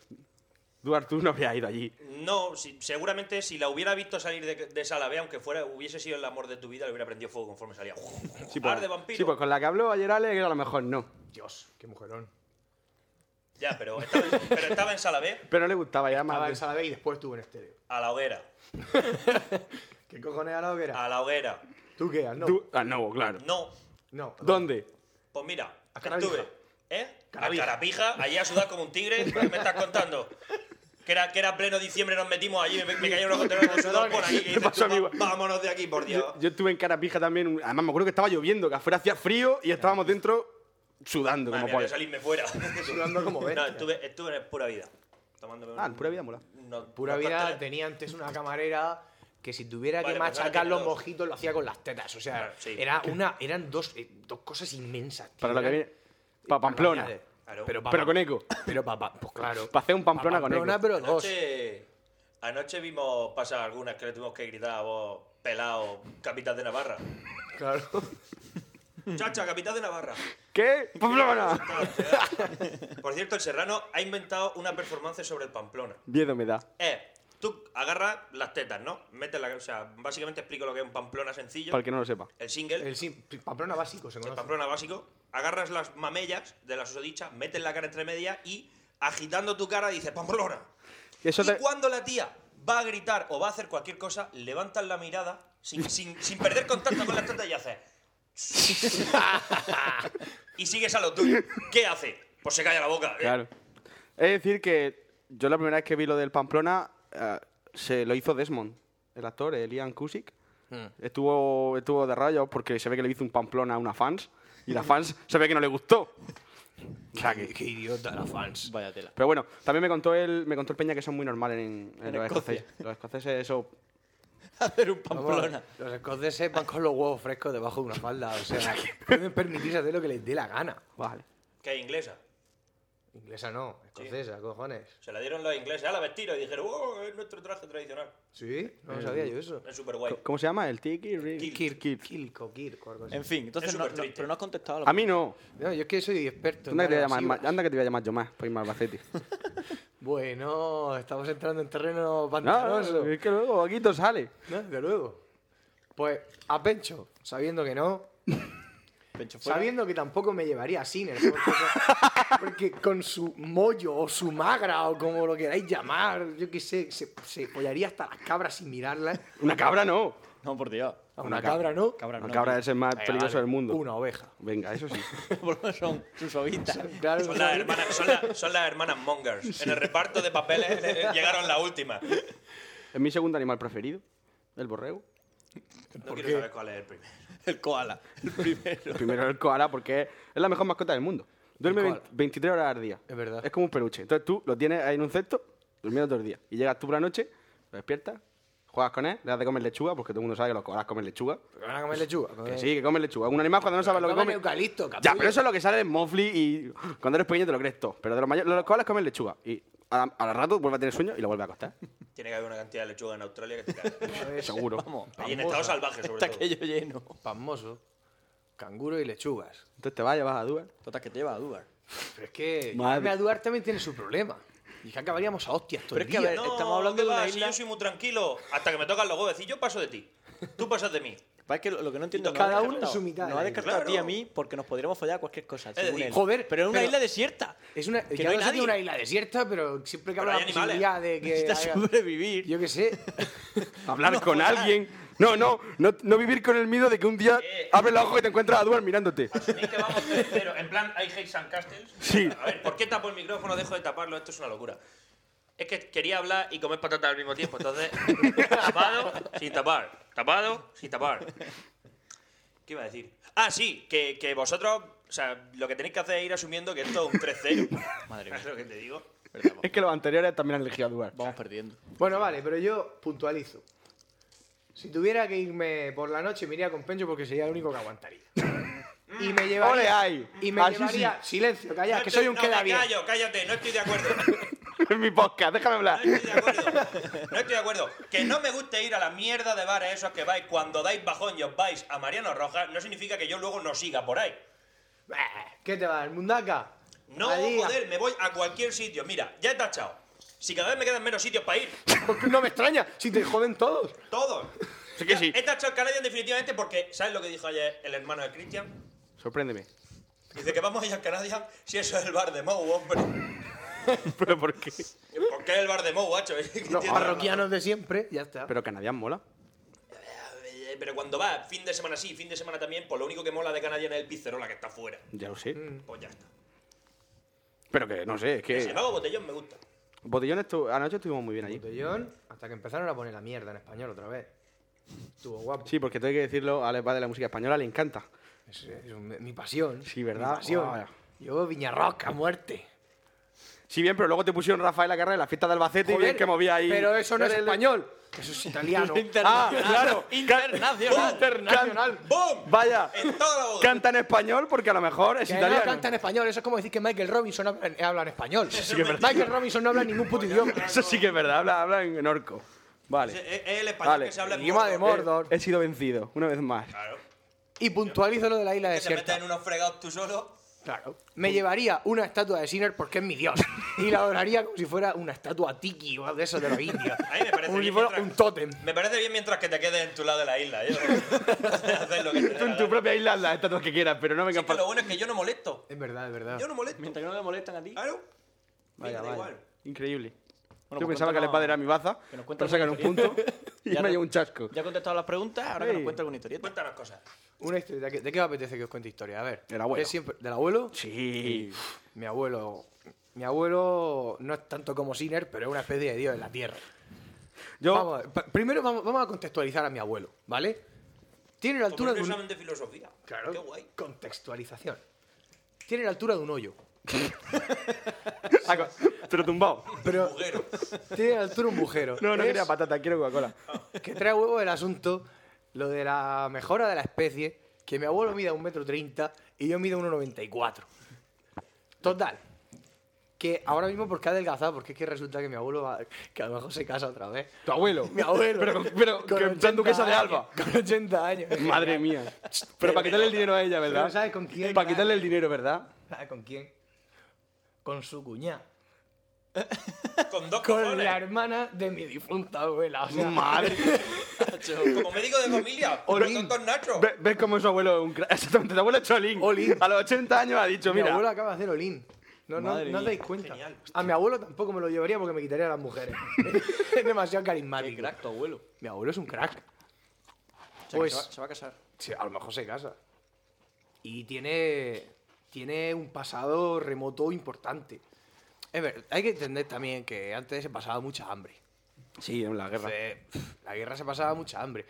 [SPEAKER 1] Duarte, tú no había ido allí.
[SPEAKER 3] No, si- seguramente si la hubiera visto salir de, de Salabé, aunque fuera, hubiese sido el amor de tu vida, le hubiera prendido fuego conforme salía.
[SPEAKER 1] Sí, pues,
[SPEAKER 3] Arde vampiro.
[SPEAKER 1] sí, pues con la que habló ayer Ale, que a lo mejor no.
[SPEAKER 2] Dios, qué mujerón.
[SPEAKER 3] Ya, pero estaba, pero estaba en Salabé
[SPEAKER 1] Pero no le gustaba, ya
[SPEAKER 2] Estaba en
[SPEAKER 1] más.
[SPEAKER 2] Salabé y después estuvo en estéreo.
[SPEAKER 3] a la hoguera.
[SPEAKER 2] ¿Qué cojones a la hoguera?
[SPEAKER 3] A la hoguera.
[SPEAKER 2] ¿Tú qué? al No.
[SPEAKER 1] Tú, ah, no, claro.
[SPEAKER 3] No.
[SPEAKER 2] No. perdón.
[SPEAKER 1] ¿Dónde?
[SPEAKER 3] Pues mira,
[SPEAKER 2] A Carabija.
[SPEAKER 3] estuve. ¿Eh?
[SPEAKER 2] Carabija.
[SPEAKER 3] A Carapija, allí a sudar como un tigre, ¿qué me estás contando? Que era, que era pleno diciembre, nos metimos allí, me, me cayeron los contenedores de sudor por aquí. y dices
[SPEAKER 1] pasó
[SPEAKER 3] tú,
[SPEAKER 1] a mí
[SPEAKER 3] "Va-
[SPEAKER 1] igual".
[SPEAKER 3] Vámonos de aquí, por Dios.
[SPEAKER 1] Yo estuve en Carapija también. un- Además, me acuerdo que estaba lloviendo, que afuera hacía frío y estábamos dentro sudando
[SPEAKER 3] Madre
[SPEAKER 1] como
[SPEAKER 3] mía, voy a
[SPEAKER 1] pollo.
[SPEAKER 3] salirme fuera.
[SPEAKER 2] Sudando como
[SPEAKER 3] No,
[SPEAKER 2] bestia.
[SPEAKER 3] estuve, estuve en pura vida. Tomándome
[SPEAKER 1] Ah,
[SPEAKER 3] un-
[SPEAKER 1] pura vida mola.
[SPEAKER 3] unos-
[SPEAKER 2] Pura
[SPEAKER 3] unos
[SPEAKER 2] vida
[SPEAKER 3] cócteles.
[SPEAKER 2] tenía antes una camarera que si tuviera
[SPEAKER 3] Vale,
[SPEAKER 2] que
[SPEAKER 3] pues ahora
[SPEAKER 2] machacar
[SPEAKER 3] tiene
[SPEAKER 2] los
[SPEAKER 3] dos.
[SPEAKER 2] mojitos lo hacía con las tetas. O sea,
[SPEAKER 3] Claro, sí.
[SPEAKER 2] era una, eran dos, eh, dos cosas inmensas. tío,
[SPEAKER 1] Para lo que
[SPEAKER 2] eran-
[SPEAKER 1] viene. Para Pamplona.
[SPEAKER 2] Imagínate.
[SPEAKER 3] Claro.
[SPEAKER 2] Pero, pa-
[SPEAKER 1] Pero con eco.
[SPEAKER 2] Pero papá, pues claro.
[SPEAKER 1] Pa' hacer un Pamplona
[SPEAKER 2] Pa'
[SPEAKER 1] con
[SPEAKER 2] Pamplona,
[SPEAKER 1] eco.
[SPEAKER 2] pero dos.
[SPEAKER 3] Anoche, anoche vimos pasar algunas que le tuvimos que gritar a vos, pelado, capitán de Navarra.
[SPEAKER 2] Claro.
[SPEAKER 3] Chacha, capitán de Navarra.
[SPEAKER 1] ¿Qué? ¡Pamplona!
[SPEAKER 3] Por cierto, el Serrano ha inventado una performance sobre el Pamplona.
[SPEAKER 1] Miedo me da.
[SPEAKER 3] Eh, tú agarras las tetas, ¿no? Metes la, o sea, básicamente explico lo que es un Pamplona sencillo.
[SPEAKER 1] Para el que no lo sepa.
[SPEAKER 3] El single.
[SPEAKER 2] El sim- Pamplona básico se
[SPEAKER 3] El
[SPEAKER 2] conoce.
[SPEAKER 3] Pamplona básico, agarras las mamellas de la susodicha, metes la cara entre media y agitando tu cara dices Pamplona.
[SPEAKER 1] Eso
[SPEAKER 3] y
[SPEAKER 1] te-
[SPEAKER 3] cuando la tía va a gritar o va a hacer cualquier cosa, levantas la mirada sin, sin- sin perder contacto con las tetas y haces. y sigues a lo tuyo. ¿Qué hace? Pues se calla la boca. eh.
[SPEAKER 1] Claro. Es decir, que yo la primera vez que vi lo del Pamplona eh, se lo hizo Desmond, el actor, el Ian Cusick. Hmm. Estuvo, estuvo de rayos porque se ve que le hizo un Pamplona a una fans y la fans se ve que no le gustó. O sea que-
[SPEAKER 2] Qué idiota la fans.
[SPEAKER 6] Vaya tela.
[SPEAKER 1] Pero bueno, también me contó el, me contó el Peña que son muy normales en, en
[SPEAKER 6] En
[SPEAKER 1] los
[SPEAKER 6] Escocia.
[SPEAKER 1] escoceses. Los escoceses, eso.
[SPEAKER 6] Hacer un
[SPEAKER 2] Vamos,
[SPEAKER 6] Pamplona.
[SPEAKER 2] Los escoceses van con los huevos frescos debajo de una falda. O sea, pueden permitirse hacer lo que les dé la gana.
[SPEAKER 1] Vale.
[SPEAKER 3] Que es inglesa.
[SPEAKER 2] Inglesa no, escocesa, cojones.
[SPEAKER 3] Se la dieron los ingleses a la vestida y dijeron, ¡oh! Es nuestro traje tradicional.
[SPEAKER 2] Sí,
[SPEAKER 1] Eh,
[SPEAKER 2] no sabía yo eso.
[SPEAKER 3] Es súper guay.
[SPEAKER 1] Co- ¿Cómo se llama? El Tiki Rick.
[SPEAKER 3] Kirk.
[SPEAKER 2] Kilco, Kirk, o algo así.
[SPEAKER 6] En fin, entonces
[SPEAKER 3] Es
[SPEAKER 6] no,
[SPEAKER 3] súper
[SPEAKER 6] no-
[SPEAKER 3] triste.
[SPEAKER 6] pero no has contestado a la
[SPEAKER 1] A mí no.
[SPEAKER 2] No, yo es que soy experto. en
[SPEAKER 1] Anda que, te voy a
[SPEAKER 2] dadas
[SPEAKER 1] llamar, ma-
[SPEAKER 2] ibas.
[SPEAKER 1] anda que te voy a llamar yo más, para irme a Albacete.
[SPEAKER 2] Bueno, estamos entrando en terreno
[SPEAKER 1] No,
[SPEAKER 2] pantanoso.
[SPEAKER 1] es que luego aquí todo sale.
[SPEAKER 2] No, de luego. Pues a Pencho, sabiendo que no,
[SPEAKER 6] Pencho fuera.
[SPEAKER 2] sabiendo que tampoco me llevaría a Sinner, porque, porque con su mollo o su magra o como lo queráis llamar, yo qué sé, se, se follaría hasta las cabras sin mirarlas.
[SPEAKER 1] Una cabra no.
[SPEAKER 6] No, por Dios.
[SPEAKER 2] A
[SPEAKER 1] Una
[SPEAKER 2] una
[SPEAKER 1] cabra.
[SPEAKER 2] cabra, ¿no?
[SPEAKER 6] Cabra
[SPEAKER 1] Una
[SPEAKER 6] no.
[SPEAKER 1] cabra es el más peligroso del mundo.
[SPEAKER 2] Una oveja.
[SPEAKER 1] Venga, eso sí.
[SPEAKER 6] Por lo menos son sus ovitas.
[SPEAKER 2] Claro,
[SPEAKER 3] Son las hermanas, son la- son las hermanas Mongers. En el reparto de papeles eh, llegaron la última. No
[SPEAKER 1] Es mi segundo animal preferido, el borrego.
[SPEAKER 3] quiero saber cuál es el primero.
[SPEAKER 6] El koala. El primero.
[SPEAKER 1] El primero el koala porque es la mejor mascota del mundo. Duerme
[SPEAKER 2] El koala.
[SPEAKER 1] 20 23 horas al día.
[SPEAKER 2] Es verdad.
[SPEAKER 1] Es como un peluche. Entonces tú lo tienes ahí en un cesto, durmiendo todo el día. Y llegas tú por la noche, lo despiertas, juegas con él, le das de comer lechuga, porque todo el mundo sabe que los koalas comen lechuga.
[SPEAKER 2] ¿Van a comer lechuga?
[SPEAKER 1] Que sí, que comen lechuga. Un animal cuando no sabe lo que
[SPEAKER 2] Comen
[SPEAKER 1] Pues, come...
[SPEAKER 2] eucalipto,
[SPEAKER 1] Ya,
[SPEAKER 2] capullo.
[SPEAKER 1] pero eso es lo que sale de Mowgli y cuando eres pequeño te lo crees todo. Pero de los mayores, los koalas comen lechuga. Y a- al, rato vuelve a tener sueño y lo vuelve a acostar.
[SPEAKER 3] Tiene que haber una cantidad de lechuga en Australia que te cae.
[SPEAKER 1] Seguro.
[SPEAKER 6] Vamos.
[SPEAKER 3] Y en estado salvaje, sobre
[SPEAKER 6] Está
[SPEAKER 3] todo.
[SPEAKER 6] aquello lleno.
[SPEAKER 2] Pasmoso, canguro y lechugas.
[SPEAKER 1] Entonces te vas, vas a Duer.
[SPEAKER 6] Total, que te lleva a dudar.
[SPEAKER 2] Pero es que
[SPEAKER 1] Madre.
[SPEAKER 2] Jaime Aduar también tiene su problema. Y es que acabaríamos a hostias todo
[SPEAKER 6] Pero
[SPEAKER 2] el
[SPEAKER 6] es que, a
[SPEAKER 2] día.
[SPEAKER 6] ver,
[SPEAKER 3] No,
[SPEAKER 6] estamos hablando de
[SPEAKER 3] ¿dónde
[SPEAKER 6] una
[SPEAKER 3] vas? Si
[SPEAKER 6] isla-
[SPEAKER 3] Yo soy muy tranquilo hasta que me tocan los huevos. Y yo paso de ti. Tú pasas de mí.
[SPEAKER 6] Lo que pasa es que lo, lo que no entiendo
[SPEAKER 3] Cada
[SPEAKER 6] nos ha
[SPEAKER 2] uno
[SPEAKER 6] descartado.
[SPEAKER 2] su mitad de
[SPEAKER 6] Nos ha
[SPEAKER 2] la
[SPEAKER 6] descartado a ti y a
[SPEAKER 3] isla.
[SPEAKER 6] mí porque nos podríamos fallar a cualquier cosa.
[SPEAKER 3] decir,
[SPEAKER 6] según él.
[SPEAKER 2] joder,
[SPEAKER 6] pero es una
[SPEAKER 2] pero-
[SPEAKER 6] isla desierta.
[SPEAKER 2] Es una,
[SPEAKER 6] que
[SPEAKER 2] ya
[SPEAKER 6] no hay
[SPEAKER 2] no sé si
[SPEAKER 6] nadie.
[SPEAKER 2] es una isla desierta, pero siempre que
[SPEAKER 3] Pero
[SPEAKER 2] habla
[SPEAKER 3] hay
[SPEAKER 2] la
[SPEAKER 3] animales.
[SPEAKER 2] posibilidad de que.
[SPEAKER 6] Necesitas
[SPEAKER 2] haya-
[SPEAKER 6] sobrevivir.
[SPEAKER 2] Yo qué sé.
[SPEAKER 1] Hablar con alguien. No, no, no, no vivir con el miedo de que un día
[SPEAKER 3] Eh.
[SPEAKER 1] abres los ojos y te encuentras a Duer mirándote.
[SPEAKER 3] Asumí que vamos tercero. En plan, hay hate and castles.
[SPEAKER 1] Sí.
[SPEAKER 3] A ver, ¿por qué tapo el micrófono? Dejo de taparlo. Esto es una locura. Es que quería hablar y comer patatas al mismo tiempo. Entonces, tapado, sin tapar. Tapado, sin tapar. ¿Qué iba a decir? Ah, sí, que, que vosotros, o sea, lo que tenéis que hacer es ir asumiendo que esto es un 3-0.
[SPEAKER 6] Madre
[SPEAKER 3] ¿Sabes
[SPEAKER 6] mía.
[SPEAKER 3] lo que te digo?
[SPEAKER 1] Es que los anteriores también han elegido a Duer.
[SPEAKER 6] Vamos perdiendo.
[SPEAKER 2] Bueno, vale, pero yo puntualizo. Si tuviera que irme por la noche, me iría con Pencho porque sería el único que aguantaría. Y me llevaría.
[SPEAKER 1] Ole, ay.
[SPEAKER 2] Y me
[SPEAKER 1] Así
[SPEAKER 2] llevaría. Silencio, calla,
[SPEAKER 3] No
[SPEAKER 2] que
[SPEAKER 3] estoy-
[SPEAKER 2] soy un
[SPEAKER 3] no,
[SPEAKER 2] queda
[SPEAKER 3] me
[SPEAKER 2] bien.
[SPEAKER 3] callo, cállate, no estoy de acuerdo.
[SPEAKER 1] Es mi podcast, déjame hablar.
[SPEAKER 3] No estoy de acuerdo. No estoy de acuerdo. Que no me guste ir a la mierda de bares esos que vais cuando dais bajón y os vais a Mariano Rojas, no significa que yo luego no siga por ahí.
[SPEAKER 2] Bah, ¿Qué te va? ¿El mundaca?
[SPEAKER 3] No,
[SPEAKER 2] Allí,
[SPEAKER 3] joder, me voy a cualquier sitio. Mira, ya he tachado. Si cada vez me quedan menos sitios para ir,
[SPEAKER 2] Porque no me extraña, si te joden todos.
[SPEAKER 3] todos.
[SPEAKER 1] Sí que sí.
[SPEAKER 3] He tachado el Canadian definitivamente porque, ¿sabes lo que dijo ayer el hermano de Cristian?
[SPEAKER 1] Sorpréndeme.
[SPEAKER 3] Dice que vamos a ir al Canadian si eso es el bar de Mou, hombre.
[SPEAKER 1] ¿Pero por qué?
[SPEAKER 3] ¿Por qué el bar de Mou, hacho?
[SPEAKER 2] Los parroquianos de siempre, ya está.
[SPEAKER 1] Pero Canadian mola.
[SPEAKER 3] Eh, Pero cuando va fin de semana sí, fin de semana también, pues lo único que mola de Canadian es el Pizzerola que está fuera.
[SPEAKER 1] Ya lo sé.
[SPEAKER 3] Pues ya está.
[SPEAKER 1] Pero que no sé, es
[SPEAKER 3] Ese
[SPEAKER 1] que.
[SPEAKER 3] vago botellón me gusta.
[SPEAKER 1] Botellones estu- anoche estuvimos muy bien allí.
[SPEAKER 2] Botellón, hasta que empezaron a poner la mierda en español otra vez. Estuvo guapo.
[SPEAKER 1] Sí, porque tengo que decirlo, a Alex va de la música española, le encanta.
[SPEAKER 2] Es, es un- mi pasión.
[SPEAKER 1] Sí, ¿verdad?
[SPEAKER 2] Mi pasión.
[SPEAKER 1] Guau.
[SPEAKER 2] Yo Viñarroca a muerte.
[SPEAKER 1] Sí, bien, pero luego te pusieron Rafael la carrera en la fiesta de Albacete y bien que movía ahí.
[SPEAKER 2] Pero eso no es
[SPEAKER 1] Era el-
[SPEAKER 2] español. Eso es italiano.
[SPEAKER 1] Ah,
[SPEAKER 2] Ah,
[SPEAKER 1] claro.
[SPEAKER 6] Internacional.
[SPEAKER 1] Internacional.
[SPEAKER 3] ¡Bum!
[SPEAKER 1] Vaya.
[SPEAKER 3] En toda la boca.
[SPEAKER 1] Canta en español porque a lo mejor es
[SPEAKER 2] Que además
[SPEAKER 1] italiano.
[SPEAKER 2] canta en español. Eso es como decir que Michael Robinson habla en, habla en español.
[SPEAKER 1] que es verdad.
[SPEAKER 2] Michael Robinson no habla en ningún puto idioma.
[SPEAKER 1] Eso sí que es verdad, habla, habla en, en orco.
[SPEAKER 3] Es,
[SPEAKER 1] Vale.
[SPEAKER 3] es- es el eh, español
[SPEAKER 1] Vale.
[SPEAKER 3] que se habla en
[SPEAKER 2] Idioma de
[SPEAKER 3] Mordor.
[SPEAKER 2] Mordor. Mordor.
[SPEAKER 1] He, he sido vencido, una vez más.
[SPEAKER 3] Claro.
[SPEAKER 2] Y puntualizo lo de la isla
[SPEAKER 3] Que te metes
[SPEAKER 2] desierta.
[SPEAKER 3] en unos fregados tú solo.
[SPEAKER 2] Claro. Me llevaría una estatua de Sinner porque es mi dios. Y la adoraría como si fuera una estatua tiki o algo de eso de los indios.
[SPEAKER 3] A mí me parece
[SPEAKER 2] Como si
[SPEAKER 3] bien
[SPEAKER 2] fuera
[SPEAKER 3] mientras-
[SPEAKER 2] un tótem.
[SPEAKER 3] Me parece bien mientras que te quedes en tu lado de la isla. Yo. Hacer lo que te dé
[SPEAKER 1] Tú
[SPEAKER 3] la
[SPEAKER 1] en tu
[SPEAKER 3] gana.
[SPEAKER 1] propia isla haz las estatuas que quieras, pero no
[SPEAKER 3] Sí,
[SPEAKER 1] vengas
[SPEAKER 3] que
[SPEAKER 1] para...
[SPEAKER 3] lo bueno es que yo no molesto.
[SPEAKER 2] Es verdad, es verdad.
[SPEAKER 3] Yo no molesto.
[SPEAKER 6] Mientras que no te molestan a ti.
[SPEAKER 3] Claro.
[SPEAKER 1] Vaya,
[SPEAKER 3] Venga, da
[SPEAKER 1] vaya.
[SPEAKER 3] igual.
[SPEAKER 1] Increíble.
[SPEAKER 6] Bueno,
[SPEAKER 1] Yo
[SPEAKER 6] pues
[SPEAKER 1] pensaba que le
[SPEAKER 6] cuéntanos-
[SPEAKER 1] padre era mi baza,
[SPEAKER 6] que
[SPEAKER 1] pero
[SPEAKER 6] nos cuéntanos
[SPEAKER 1] sacan un
[SPEAKER 6] la historia.
[SPEAKER 1] punto y me
[SPEAKER 6] re-
[SPEAKER 1] llevo un chasco.
[SPEAKER 6] Ya he contestado las preguntas, ahora que
[SPEAKER 1] Sí.
[SPEAKER 6] nos cuenta alguna historieta.
[SPEAKER 3] Cuéntanos cosas.
[SPEAKER 2] Una historia, ¿de qué, de qué os apetece que os cuente historia? A ver.
[SPEAKER 1] Del abuelo.
[SPEAKER 2] ¿Es siempre- ¿Del abuelo?
[SPEAKER 1] Sí.
[SPEAKER 2] Mi abuelo. Mi abuelo no es tanto como Sinner, pero es una especie de dios de la tierra.
[SPEAKER 1] Yo...
[SPEAKER 2] Vamos a- pa- primero vamos, vamos a contextualizar a mi abuelo, ¿vale? Tiene la
[SPEAKER 3] Como
[SPEAKER 2] altura
[SPEAKER 3] un
[SPEAKER 2] de un...
[SPEAKER 3] examen de filosofía.
[SPEAKER 2] Claro.
[SPEAKER 3] Qué guay.
[SPEAKER 2] Contextualización. Tiene la altura de un hoyo.
[SPEAKER 1] Ah, co- pero tumbado.
[SPEAKER 2] Pero
[SPEAKER 3] Agujero.
[SPEAKER 2] tiene la altura de un bujero.
[SPEAKER 1] No, no
[SPEAKER 2] Es
[SPEAKER 1] quería patata, quiero Coca-Cola.
[SPEAKER 2] Que trae huevo el asunto, lo de la mejora de la especie, que mi abuelo mida 1,30m y yo mido 1,94m. Total. Que ahora mismo porque ha adelgazado, porque es que resulta que mi abuelo va- que a lo mejor se casa otra vez.
[SPEAKER 1] Tu abuelo.
[SPEAKER 2] Mi abuelo.
[SPEAKER 1] Pero, con- pero
[SPEAKER 2] Con
[SPEAKER 1] que en
[SPEAKER 2] 80
[SPEAKER 1] plan duquesa de
[SPEAKER 2] años,
[SPEAKER 1] Alba.
[SPEAKER 2] Con 80 años.
[SPEAKER 1] Madre mía. Pero para quitarle el dinero a ella, ¿verdad?
[SPEAKER 2] Pero ¿sabes con quién?
[SPEAKER 1] Para quitarle el dinero, ¿verdad?
[SPEAKER 2] ¿Sabe ¿Con quién? Con su cuñada.
[SPEAKER 3] Con dos
[SPEAKER 2] Con la
[SPEAKER 3] cojones.
[SPEAKER 2] hermana de mi difunta abuela. O sea,
[SPEAKER 1] Madre.
[SPEAKER 3] Como médico de familia.
[SPEAKER 2] Olín.
[SPEAKER 3] Con dos nachos.
[SPEAKER 1] Ve- ¿Ves cómo su abuelo es un crack? Exactamente, tu abuelo es Cholín.
[SPEAKER 2] Olín.
[SPEAKER 1] A los 80 años ha dicho,
[SPEAKER 2] mi
[SPEAKER 1] mira.
[SPEAKER 2] abuelo acaba de hacer olín. No, no,
[SPEAKER 6] Madre
[SPEAKER 2] no os
[SPEAKER 6] mía.
[SPEAKER 2] dais cuenta.
[SPEAKER 3] Genial.
[SPEAKER 2] A mi abuelo tampoco me lo llevaría porque me quitaría a las mujeres. es demasiado
[SPEAKER 6] Qué
[SPEAKER 2] carismático.
[SPEAKER 6] crack tu abuelo.
[SPEAKER 2] Mi abuelo es un crack.
[SPEAKER 6] O sea, que
[SPEAKER 2] Pues-
[SPEAKER 6] se, va, se va a casar.
[SPEAKER 2] Sí, a lo mejor se casa. Y tiene, tiene un pasado remoto importante. Es verdad, hay que entender también que antes se pasaba mucha hambre.
[SPEAKER 1] Sí, en la guerra.
[SPEAKER 2] Entonces, pf, la guerra se pasaba mucha hambre.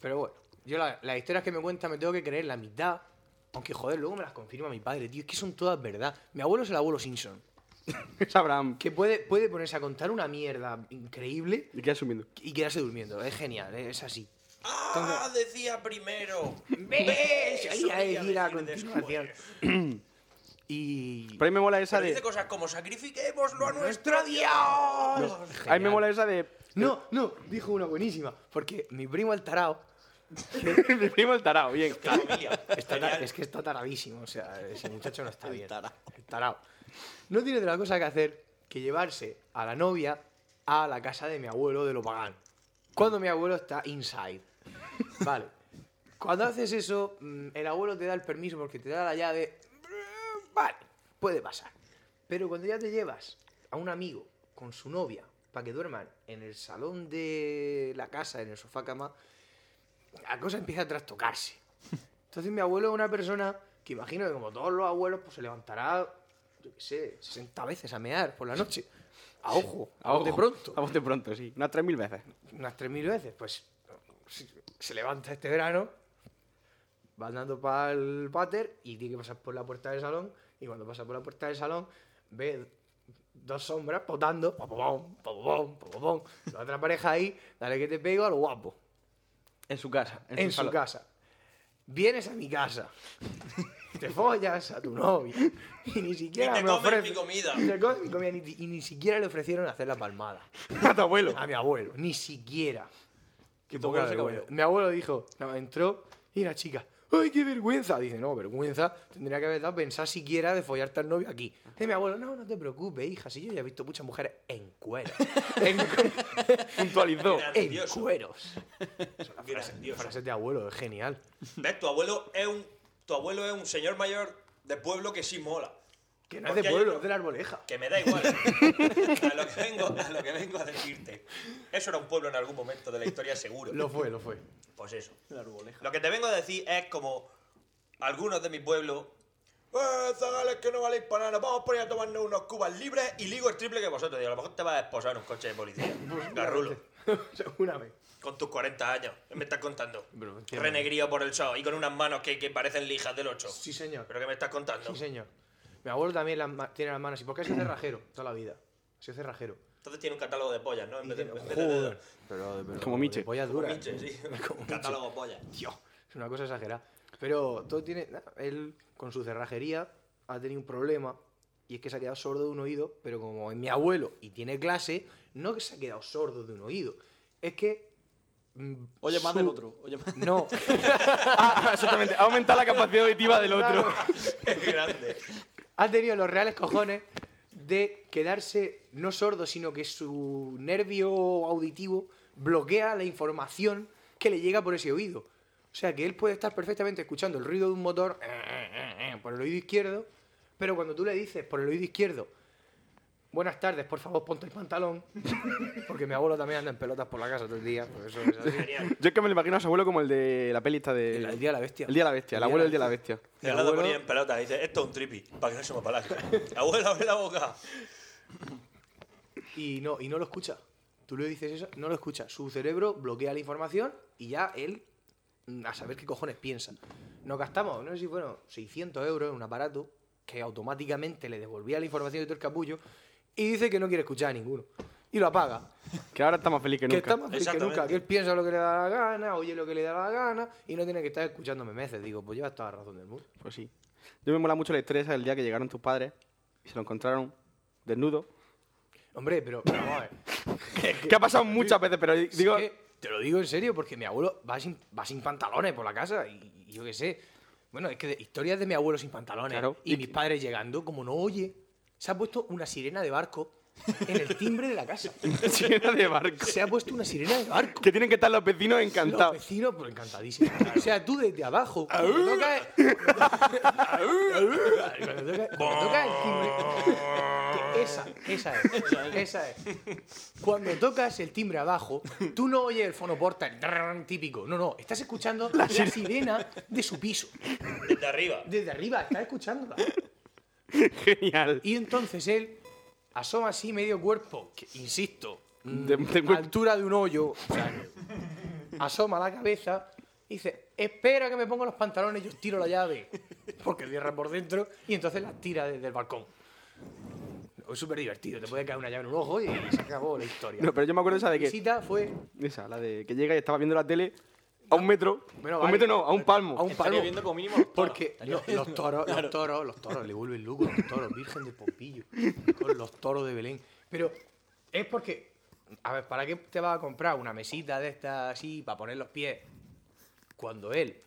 [SPEAKER 2] Pero bueno, yo la- las historias que me cuenta me tengo que creer la mitad. Aunque joder, luego me las confirma mi padre, tío. Es que son todas verdad. Mi abuelo es el abuelo Simpson.
[SPEAKER 1] Es Abraham.
[SPEAKER 2] Que puede, puede ponerse a contar una mierda increíble
[SPEAKER 1] ¿Y qué asumiendo?
[SPEAKER 2] y quedarse durmiendo. Es genial, eh, es así.
[SPEAKER 3] Ah, decía primero.
[SPEAKER 2] ¿Ves? Ahí
[SPEAKER 3] Eso
[SPEAKER 2] a
[SPEAKER 3] quería
[SPEAKER 2] decir a
[SPEAKER 3] decir
[SPEAKER 2] continuación.
[SPEAKER 3] después.
[SPEAKER 2] Y.
[SPEAKER 1] Pero a mí me mola esa
[SPEAKER 3] Pero
[SPEAKER 1] de.
[SPEAKER 3] dice cosas como sacrifiquémoslo a nuestro
[SPEAKER 2] ¡Nuestro
[SPEAKER 3] Dios.
[SPEAKER 2] Dios!
[SPEAKER 1] A mí me mola esa de.
[SPEAKER 2] No, no, dijo una buenísima. Porque mi primo el tarao
[SPEAKER 1] Mi primo el tarao, bien.
[SPEAKER 3] Qué familia.
[SPEAKER 2] Está ta-
[SPEAKER 3] Genial.
[SPEAKER 2] es que está taradísimo, o sea, ese muchacho no está bien. El tarao. No tiene otra cosa que hacer que llevarse a la novia a la casa de mi abuelo de lo pagano. Cuando mi abuelo está inside. Vale. Cuando haces eso, mm, el abuelo te da el permiso porque te da la llave. Vale, puede pasar. Pero cuando ya te llevas a un amigo con su novia para que duerman en el salón de la casa, en el sofá cama, la cosa empieza a trastocarse. Entonces mi abuelo es una persona que imagino que como todos los abuelos, pues se levantará, yo qué sé, 60 veces a mear por la noche. A ojo, a ojo. de pronto.
[SPEAKER 1] A vos de pronto, sí. Unas 3.000 veces.
[SPEAKER 2] Unas 3.000 veces, pues se- se levanta este verano, va andando para el váter y tiene que pasar por la puerta del salón. Y cuando pasa por la puerta del salón, ve dos sombras potando, papopom, papopom, papopom. La otra pareja ahí, dale que te pego a lo guapo
[SPEAKER 1] En su casa.
[SPEAKER 2] en, su
[SPEAKER 1] salón.
[SPEAKER 2] casa. Vienes a mi casa, te follas a tu novia y ni siquiera
[SPEAKER 3] Y te
[SPEAKER 2] me
[SPEAKER 3] comes
[SPEAKER 2] ofrecen-
[SPEAKER 3] mi comida.
[SPEAKER 2] Te comes mi comida y, ni- y ni siquiera le ofrecieron hacer la palmada
[SPEAKER 1] A tu abuelo.
[SPEAKER 2] a mi abuelo, ni siquiera.
[SPEAKER 6] Que
[SPEAKER 2] Poca vergüenza. Mi abuelo dijo, no, entró y la chica, ¡ay, qué vergüenza! Dice, no, vergüenza, tendría que haber dado a pensar siquiera de follarte al novio aquí. Y mi abuelo, no, no te preocupes, hija, si yo ya he visto muchas mujeres en cuero. en,
[SPEAKER 1] Puntualizó.
[SPEAKER 2] en
[SPEAKER 3] Grandioso.
[SPEAKER 2] cueros.
[SPEAKER 3] Grandioso.
[SPEAKER 2] Frases de abuelo, es genial.
[SPEAKER 3] ¿Ves? Tu abuelo es un. Tu abuelo es un señor mayor de pueblo que sí mola.
[SPEAKER 2] Que no es de
[SPEAKER 3] Porque hay
[SPEAKER 2] pueblo,
[SPEAKER 3] otro-
[SPEAKER 2] es de la arboleja.
[SPEAKER 3] Que me da igual. a, lo que vengo, a lo que vengo a decirte. Eso era un pueblo en algún momento de la historia, seguro.
[SPEAKER 2] Lo fue, lo fue.
[SPEAKER 3] Pues eso. Lo que te vengo a decir es como algunos de mi pueblo. ¡Eh, zagales que no valéis para nada! Vamos por ahí a tomarnos unos cubas libres y ligo el triple que vosotros. Digo, a lo mejor te vas a esposar en un coche de policía. Garrulo.
[SPEAKER 2] Seguramente.
[SPEAKER 3] Con tus 40 años. ¿Qué me estás contando?
[SPEAKER 2] Pero, entiendo.
[SPEAKER 3] Renegrío por el show y con unas manos que, que parecen lijas del 8.
[SPEAKER 2] Sí, señor.
[SPEAKER 3] ¿Pero qué me estás contando?
[SPEAKER 2] Sí, señor. Mi abuelo también las ma- tiene las manos así, porque ha sido cerrajero toda la vida. Ha sido cerrajero.
[SPEAKER 3] Entonces tiene un catálogo de pollas, ¿no? En vez de, en vez de
[SPEAKER 2] Joder.
[SPEAKER 3] dedos.
[SPEAKER 2] Pero, pero-
[SPEAKER 1] Como Miche.
[SPEAKER 2] de Pollas
[SPEAKER 3] Como
[SPEAKER 2] duras.
[SPEAKER 3] pinches, sí.
[SPEAKER 2] Como
[SPEAKER 3] Un catálogo de pollas.
[SPEAKER 2] Tío, es una cosa exagerada. Pero todo tiene. nah, él, con su cerrajería, ha tenido un problema. Y es que se ha quedado sordo de un oído. Pero como es mi abuelo y tiene clase, no que se ha quedado sordo de un oído. Es que. mm,
[SPEAKER 6] Oye, más
[SPEAKER 2] su-
[SPEAKER 6] del otro. Oye, más...
[SPEAKER 2] No,
[SPEAKER 1] Ah, exactamente. Aumenta la capacidad auditiva del otro.
[SPEAKER 3] Qué grande.
[SPEAKER 2] ha tenido los reales cojones de quedarse no sordo, sino que su nervio auditivo bloquea la información que le llega por ese oído. O sea que él puede estar perfectamente escuchando el ruido de un motor eh, por el oído izquierdo, pero cuando tú le dices por el oído izquierdo, buenas tardes, por favor ponte el pantalón, porque mi abuelo también anda en pelotas por la casa todo el día, por eso es así.
[SPEAKER 3] Genial.
[SPEAKER 1] Yo es que me lo imagino a su abuelo como el de la peli esta de...
[SPEAKER 2] El- el Día de la Bestia.
[SPEAKER 1] El Día de la Bestia. El abuelo del Día de la Bestia.
[SPEAKER 3] Y al lado ponía en pelota. Dice, esto es un tripi. Para que no se me palaje. Abuela, abre la boca.
[SPEAKER 2] y no, y no lo escucha. Tú le dices eso, no lo escucha. Su cerebro bloquea la información y ya él, mm, a saber qué cojones piensa. Nos gastamos, no sé si fueron 600 euros en un aparato que automáticamente le devolvía la información de todo el capullo y dice que no quiere escuchar a ninguno. Y lo apaga.
[SPEAKER 1] Que ahora está más feliz que
[SPEAKER 2] Que
[SPEAKER 1] nunca.
[SPEAKER 2] está más feliz que
[SPEAKER 3] Exactamente.
[SPEAKER 2] nunca, que él piensa lo que le da la gana, oye lo que le da la gana y no tiene que estar escuchándome meses. Digo, pues llevas toda la razón del mundo.
[SPEAKER 1] Pues sí. Yo me mola mucho la historia esa del día que llegaron tus padres y se lo encontraron desnudo.
[SPEAKER 2] Hombre, pero pero vamos a ver.
[SPEAKER 1] Que ha pasado muchas veces, pero
[SPEAKER 2] Sí
[SPEAKER 1] digo...
[SPEAKER 2] que te lo digo en serio, porque mi abuelo va sin, va sin pantalones por la casa y, y yo qué sé. Bueno, es que de- historias de mi abuelo sin pantalones
[SPEAKER 1] Claro.
[SPEAKER 2] y,
[SPEAKER 1] Y-
[SPEAKER 2] mis padres llegando, como no oye, se ha puesto una sirena de barco en el timbre de la casa.
[SPEAKER 1] Llena de barco.
[SPEAKER 2] Se ha puesto una sirena de barco.
[SPEAKER 1] Que tienen que estar los vecinos
[SPEAKER 2] Los
[SPEAKER 1] encantados.
[SPEAKER 2] vecinos, pero encantadísimos. O sea, tú desde abajo, cuando tocas cuando toca- cuando toca el timbre. que Esa, esa es. Esa es. Cuando tocas el timbre abajo, tú no oyes el fonoporta el drrrrrn típico. No, no. Estás escuchando la sirena de su piso.
[SPEAKER 3] Desde arriba.
[SPEAKER 2] Desde arriba, estás escuchándola.
[SPEAKER 1] Genial.
[SPEAKER 2] Y entonces él asoma así medio cuerpo, que, insisto,
[SPEAKER 1] De- de cuerpo.
[SPEAKER 2] altura de un hoyo, o sea, asoma la cabeza y dice, espera que me ponga los pantalones y yo tiro la llave, porque cierra por dentro y entonces la tira desde el balcón. Es súper divertido, te puede caer una llave en un ojo y se acabó la historia.
[SPEAKER 1] No, pero yo me acuerdo esa de
[SPEAKER 2] La
[SPEAKER 1] que...
[SPEAKER 2] visita fue
[SPEAKER 1] Esa, la de que llega y estaba viendo la tele a un metro. a
[SPEAKER 2] Bueno,
[SPEAKER 1] un
[SPEAKER 2] vale.
[SPEAKER 1] metro no, a un palmo.
[SPEAKER 2] a un
[SPEAKER 6] Estaría
[SPEAKER 2] palo.
[SPEAKER 6] viendo como mínimo los toros.
[SPEAKER 2] Porque
[SPEAKER 6] Estaría
[SPEAKER 2] lo-
[SPEAKER 6] viendo-
[SPEAKER 2] los toros,
[SPEAKER 6] Claro.
[SPEAKER 2] los toros, los toros, le vuelven loco los toros, Virgen del Pompillo, con los toros de Belén. Pero es porque, a ver, ¿para qué te vas a comprar una mesita de estas así para poner los pies cuando él,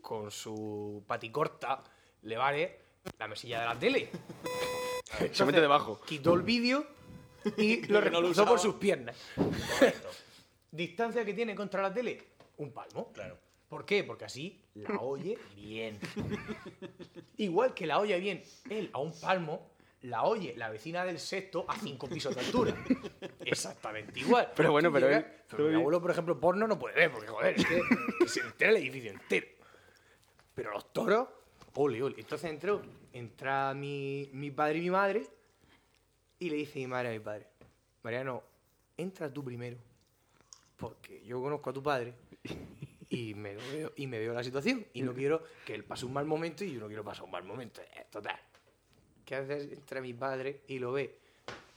[SPEAKER 2] con su paticorta, le vale la mesilla de la tele?
[SPEAKER 1] Se mete debajo.
[SPEAKER 2] Quitó el vídeo y lo
[SPEAKER 6] no lo
[SPEAKER 2] reemplazó por
[SPEAKER 6] usaba.
[SPEAKER 2] sus piernas. ¿Distancia que tiene contra la tele? Un palmo.
[SPEAKER 3] Claro.
[SPEAKER 2] ¿Por qué? Porque así la oye bien. Igual que la oye bien él a un palmo, la oye la vecina del sexto a cinco pisos de altura. Exactamente igual.
[SPEAKER 1] Pero bueno,
[SPEAKER 2] Tú
[SPEAKER 1] pero
[SPEAKER 2] llegas-
[SPEAKER 1] él-
[SPEAKER 2] pero mi abuelo, por ejemplo, porno no puede ver, porque joder, es que, que se entera el edificio entero. Pero los toros, ole, ole. Entonces entró, entra mi, mi padre y mi madre, y le dice mi madre a mi padre, Mariano, entra tú primero, porque yo conozco a tu padre y me, lo veo, y me veo la situación y no quiero que él pase un mal momento y yo no quiero pasar un mal momento. Eh, Total. ¿Qué haces? Entra mi padre y lo ve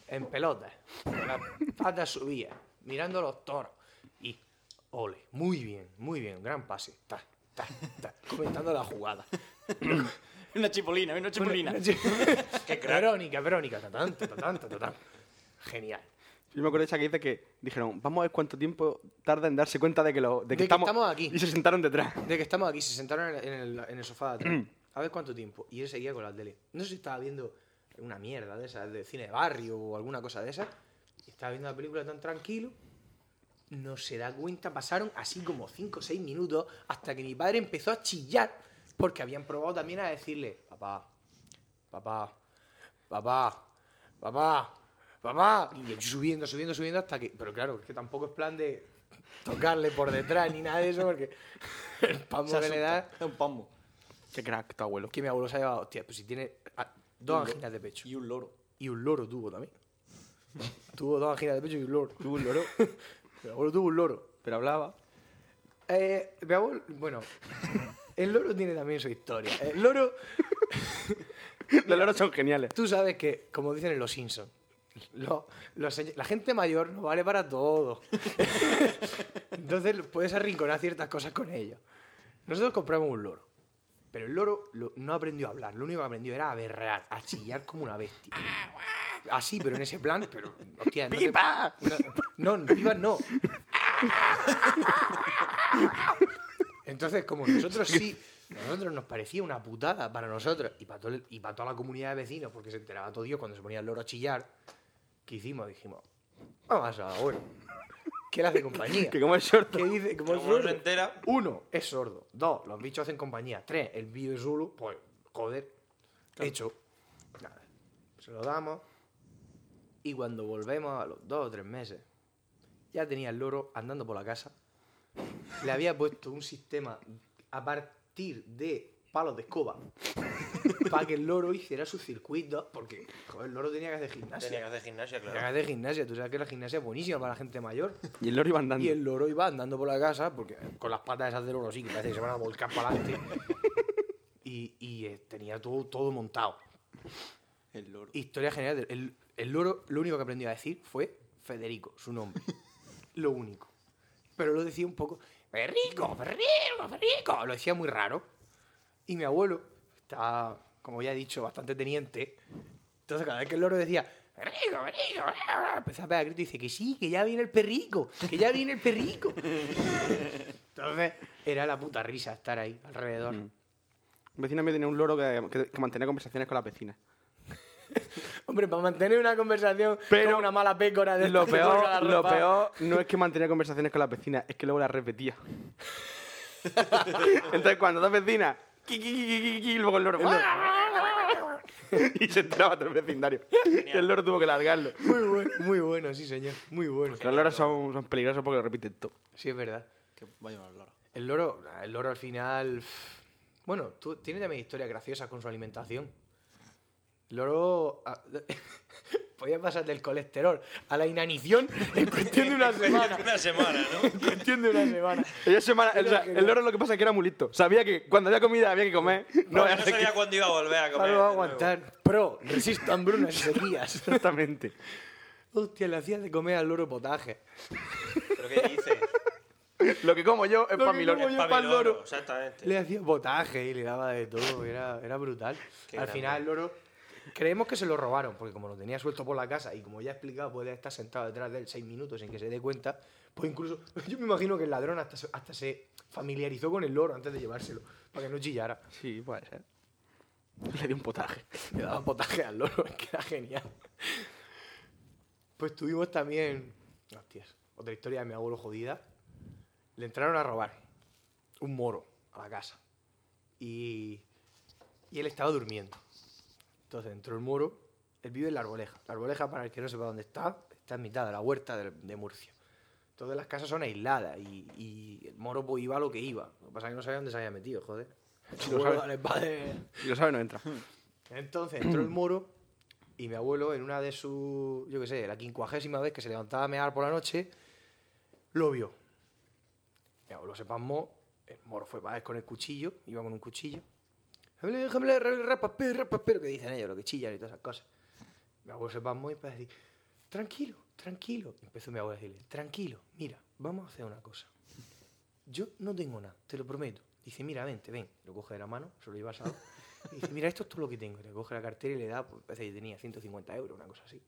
[SPEAKER 2] en pelota, con las patas subidas, mirando a los toros y ole, muy bien, muy bien, gran pase, ta, ta, ta, comentando la jugada.
[SPEAKER 6] Una chipolina, una chipolina.
[SPEAKER 2] Qué Verónica, Verónica, ta, tan, ta, tan, ta, tan. Genial.
[SPEAKER 1] Yo me acuerdo esa que dice que dijeron, vamos a ver cuánto tiempo tarda en darse cuenta de que, lo, de que
[SPEAKER 2] que
[SPEAKER 1] estamos...
[SPEAKER 2] estamos aquí.
[SPEAKER 1] Y se sentaron detrás.
[SPEAKER 2] De que estamos aquí, se sentaron en el, en el- en el sofá de atrás. A ver cuánto tiempo. Y él seguía con la tele. No sé si estaba viendo una mierda de esas, de cine de barrio o alguna cosa de esas. Y Estaba viendo la película tan tranquilo. No se da cuenta, pasaron así como 5 o 6 minutos hasta que mi padre empezó a chillar porque habían probado también a decirle, papá, papá, papá, papá, papá. Y él subiendo, subiendo, subiendo hasta que... Pero claro, es que tampoco es plan de tocarle por detrás ni nada de eso porque el
[SPEAKER 6] Se
[SPEAKER 2] pambo que le
[SPEAKER 6] asusta.
[SPEAKER 2] da...
[SPEAKER 6] Es un pambo.
[SPEAKER 1] Qué crack tu abuelo.
[SPEAKER 2] Que mi abuelo se ha llevado, hostia, pues si tiene ah, dos anginas de pecho.
[SPEAKER 6] Y un loro.
[SPEAKER 2] Y un loro tuvo también. tuvo dos anginas de pecho y un loro. Tuvo un loro. mi abuelo tuvo un loro.
[SPEAKER 1] Pero hablaba.
[SPEAKER 2] Eh, mi abuelo, bueno, el loro tiene también su historia. El loro,
[SPEAKER 1] Los loros son geniales.
[SPEAKER 2] Tú sabes que, como dicen en Los Simpsons, lo- los señ- la gente mayor no vale para todo. Entonces puedes arrinconar ciertas cosas con ellos. Nosotros compramos un loro, pero el loro lo- no aprendió a hablar, lo único que aprendió era a berrear, a chillar como una bestia. Así, pero en ese plan, pero... Hostia, no te- no, no, pipa no. Entonces, como nosotros sí, nosotros nos parecía una putada para nosotros y para, todo el- y para toda la comunidad de vecinos, porque se enteraba todo Dios cuando se ponía el loro a chillar, ¿qué hicimos? Dijimos, vamos a ahora. ¿Qué le hace compañía?
[SPEAKER 1] Que como es short.
[SPEAKER 2] ¿Qué dice? ¿Cómo es
[SPEAKER 3] Como no se
[SPEAKER 2] sordo?
[SPEAKER 3] entera.
[SPEAKER 2] Uno, es sordo. Dos, los bichos hacen compañía. Tres, el vídeo es solo. Pues, joder, hecho. Nada. Se lo damos. Y cuando volvemos a los dos o tres meses, ya tenía el loro andando por la casa. Le había puesto un sistema a partir de palos de escoba para que el loro hiciera sus circuitos. Porque, joder, el loro tenía que hacer gimnasia.
[SPEAKER 3] Tenía que hacer gimnasia,
[SPEAKER 2] Tenía que
[SPEAKER 3] claro.
[SPEAKER 2] hacer gimnasia. Tú sabes que la gimnasia es buenísima para la gente mayor.
[SPEAKER 1] Y el loro iba andando.
[SPEAKER 2] Y el loro iba andando por la casa, porque eh, con las patas esas del loro sí, que parece que se van a volcar para adelante. y y, eh, tenía todo, todo montado.
[SPEAKER 6] El loro.
[SPEAKER 2] Historia general. del- El, el loro lo único que aprendió a decir fue Federico, su nombre. lo único. Pero lo decía un poco, Federico, Federico, Federico. Lo decía muy raro. Y mi abuelo está, como ya he dicho, bastante teniente. Entonces cada vez que el loro decía, Federico, Federico, Federico", empezaba a pegar gritos y dice que sí, que ya viene el perrico, que ya viene el perrico. Entonces era la puta risa estar ahí alrededor.
[SPEAKER 1] Mm. Vecina me tenía un loro que, que- que mantenía conversaciones con las vecinas.
[SPEAKER 2] Hombre, para mantener una conversación
[SPEAKER 1] Pero-
[SPEAKER 2] con una mala pécora de
[SPEAKER 1] Lo
[SPEAKER 2] estas que cuelga la
[SPEAKER 1] peor, lo
[SPEAKER 2] ropa.
[SPEAKER 1] peor no es que mantenía conversaciones con las vecinas, es que luego las repetía. Entonces, cuando dos vecinas, qui, qui, qui, qui, qui, qui, y luego el loro. y se enteraba todo el vecindario. Y el loro tuvo que largarlo.
[SPEAKER 2] Muy bueno, muy bueno, sí, señor. Muy bueno.
[SPEAKER 1] Los loros son, son peligrosos porque lo repiten todo.
[SPEAKER 2] Sí, es verdad.
[SPEAKER 6] Que vaya mal loro.
[SPEAKER 2] El loro, nah, el loro al final. pff. Bueno, tú tienes también historias graciosas con su alimentación. El loro. ah, Podía pasar del colesterol a la inanición en cuestión de una semana.
[SPEAKER 3] Una semana,
[SPEAKER 2] En
[SPEAKER 3] ¿no?
[SPEAKER 2] cuestión de una semana.
[SPEAKER 1] Ella se mala- o sea, el loro lo que pasa es que era muy listo. Sabía que cuando había comida había que comer. No,
[SPEAKER 3] Porque
[SPEAKER 1] había
[SPEAKER 3] no
[SPEAKER 1] que-
[SPEAKER 3] sabía cuándo iba a volver a
[SPEAKER 2] Claro, va
[SPEAKER 3] comer.
[SPEAKER 2] a
[SPEAKER 3] de nuevo.
[SPEAKER 2] aguantar. Pro, resisto hambrunas y sequías.
[SPEAKER 1] Exactamente.
[SPEAKER 2] Hostia, le hacías de comer al loro potaje.
[SPEAKER 3] ¿Pero qué dices?
[SPEAKER 1] Lo que como yo es
[SPEAKER 2] Lo
[SPEAKER 1] para
[SPEAKER 2] que
[SPEAKER 1] mi
[SPEAKER 2] como
[SPEAKER 1] loro.
[SPEAKER 2] yo-
[SPEAKER 3] Pa'l
[SPEAKER 2] pa'l
[SPEAKER 3] loro,
[SPEAKER 2] loro.
[SPEAKER 3] Exactamente.
[SPEAKER 2] Le hacía potaje y le daba de todo, era, era brutal.
[SPEAKER 3] Qué
[SPEAKER 2] Al
[SPEAKER 3] grande.
[SPEAKER 2] final el loro, creemos que se lo robaron, porque como lo tenía suelto por la casa y como ya he explicado, puede estar sentado detrás de él seis minutos sin que se dé cuenta, pues incluso yo me imagino que el ladrón hasta, se- hasta se familiarizó con el loro antes de llevárselo, para que no chillara.
[SPEAKER 1] Sí, puede ser. Le di un potaje.
[SPEAKER 2] Le daba potaje al loro, es que era genial. Pues tuvimos también, hostias, otra historia de mi abuelo jodida. Le entraron a robar un moro a la casa. Y, y él estaba durmiendo. Entonces entró el moro, él vive en la arboleja. La arboleja, para el que no sepa dónde está, está en mitad de la huerta de, de Murcia. Todas las casas son aisladas y, y el moro pues, iba a lo que iba. Lo que pasa es que no sabía dónde se había metido, joder.
[SPEAKER 1] lo sabe.
[SPEAKER 2] Dale, padre.
[SPEAKER 1] Si lo sabe, no
[SPEAKER 2] Hmm,
[SPEAKER 1] entra.
[SPEAKER 2] Entonces entró el moro y mi abuelo, en una de sus, yo qué sé, la quincuagésima vez que se levantaba a mear por la noche, lo vio. Mi abuelo se pasmó, el moro fue para él con el cuchillo, iba con un cuchillo. Déjame, déjame, rapapé, rapapé, que dicen ellos, lo que chillan y todas esas cosas. Mi abuelo se pasmó y empezó a decir, tranquilo, tranquilo. Y empezó mi abuelo a decirle, tranquilo, mira, vamos a hacer una cosa. Yo no tengo nada, te lo prometo. Dice, mira, vente, ven. Lo coge de la mano, se lo lleva al Y dice, mira, esto es todo lo que tengo. Y Le coge la cartera y le da, pues parece que tenía 150 euros, una cosa así.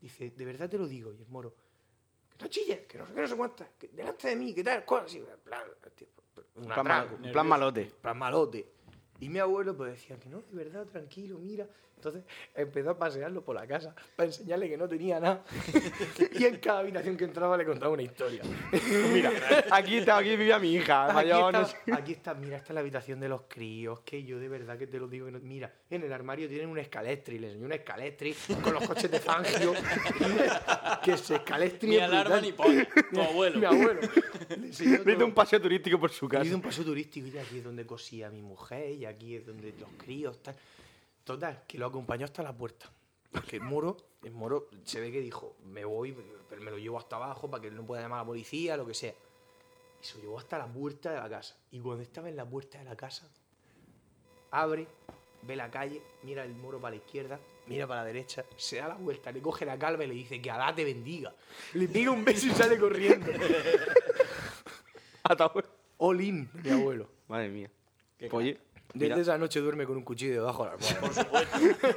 [SPEAKER 2] Dice, de verdad te lo digo. Y el moro, que no chilles, que no sé qué, no sé cuántas, que delante de mí, que tal, cual, así. En plan, tío, un
[SPEAKER 1] plan,
[SPEAKER 2] atraco,
[SPEAKER 1] mal- plan malote.
[SPEAKER 2] plan malote. Y mi abuelo pues decía que no, de verdad, tranquilo, mira. Entonces empezó a pasearlo por la casa para enseñarle que no tenía nada. y en cada habitación que entraba le contaba una historia.
[SPEAKER 1] Mira, aquí, está, aquí vivía mi hija.
[SPEAKER 2] Aquí
[SPEAKER 1] mayor,
[SPEAKER 2] está,
[SPEAKER 1] no sé.
[SPEAKER 2] aquí está, mira, esta es la habitación de los críos, que yo de verdad que te lo digo. que no- mira, en el armario tienen un escalestri, le enseñé un escalestri con los coches de Fangio. que se escalestri
[SPEAKER 6] Ni
[SPEAKER 2] es
[SPEAKER 6] alarma
[SPEAKER 2] brutal.
[SPEAKER 6] ni polla. Tu abuelo.
[SPEAKER 2] Mi abuelo. Le enseñó
[SPEAKER 1] Le hice
[SPEAKER 2] todo.
[SPEAKER 1] un paseo turístico por su
[SPEAKER 2] Yo hice
[SPEAKER 1] casa.
[SPEAKER 2] un paso turístico y aquí es donde cosía mi mujer y aquí es donde los críos, tal. Total, que lo acompañó hasta la puerta. Porque el moro, el moro se ve que dijo, me voy, pero me lo llevo hasta abajo para que él no pueda llamar a la policía, lo que sea. Y se lo llevó hasta la puerta de la casa. Y cuando estaba en la puerta de la casa, abre ve la calle, mira el muro para la izquierda, mira para la derecha, se da la vuelta, le coge la calva y le dice que Alá te bendiga. Le pega un beso y sale corriendo.
[SPEAKER 1] Ataúd.
[SPEAKER 2] All in, mi abuelo.
[SPEAKER 1] Madre mía. Pues, Oye,
[SPEAKER 2] Desde
[SPEAKER 1] mira,
[SPEAKER 2] esa noche duerme con un cuchillo debajo de la almohada.
[SPEAKER 3] Por supuesto.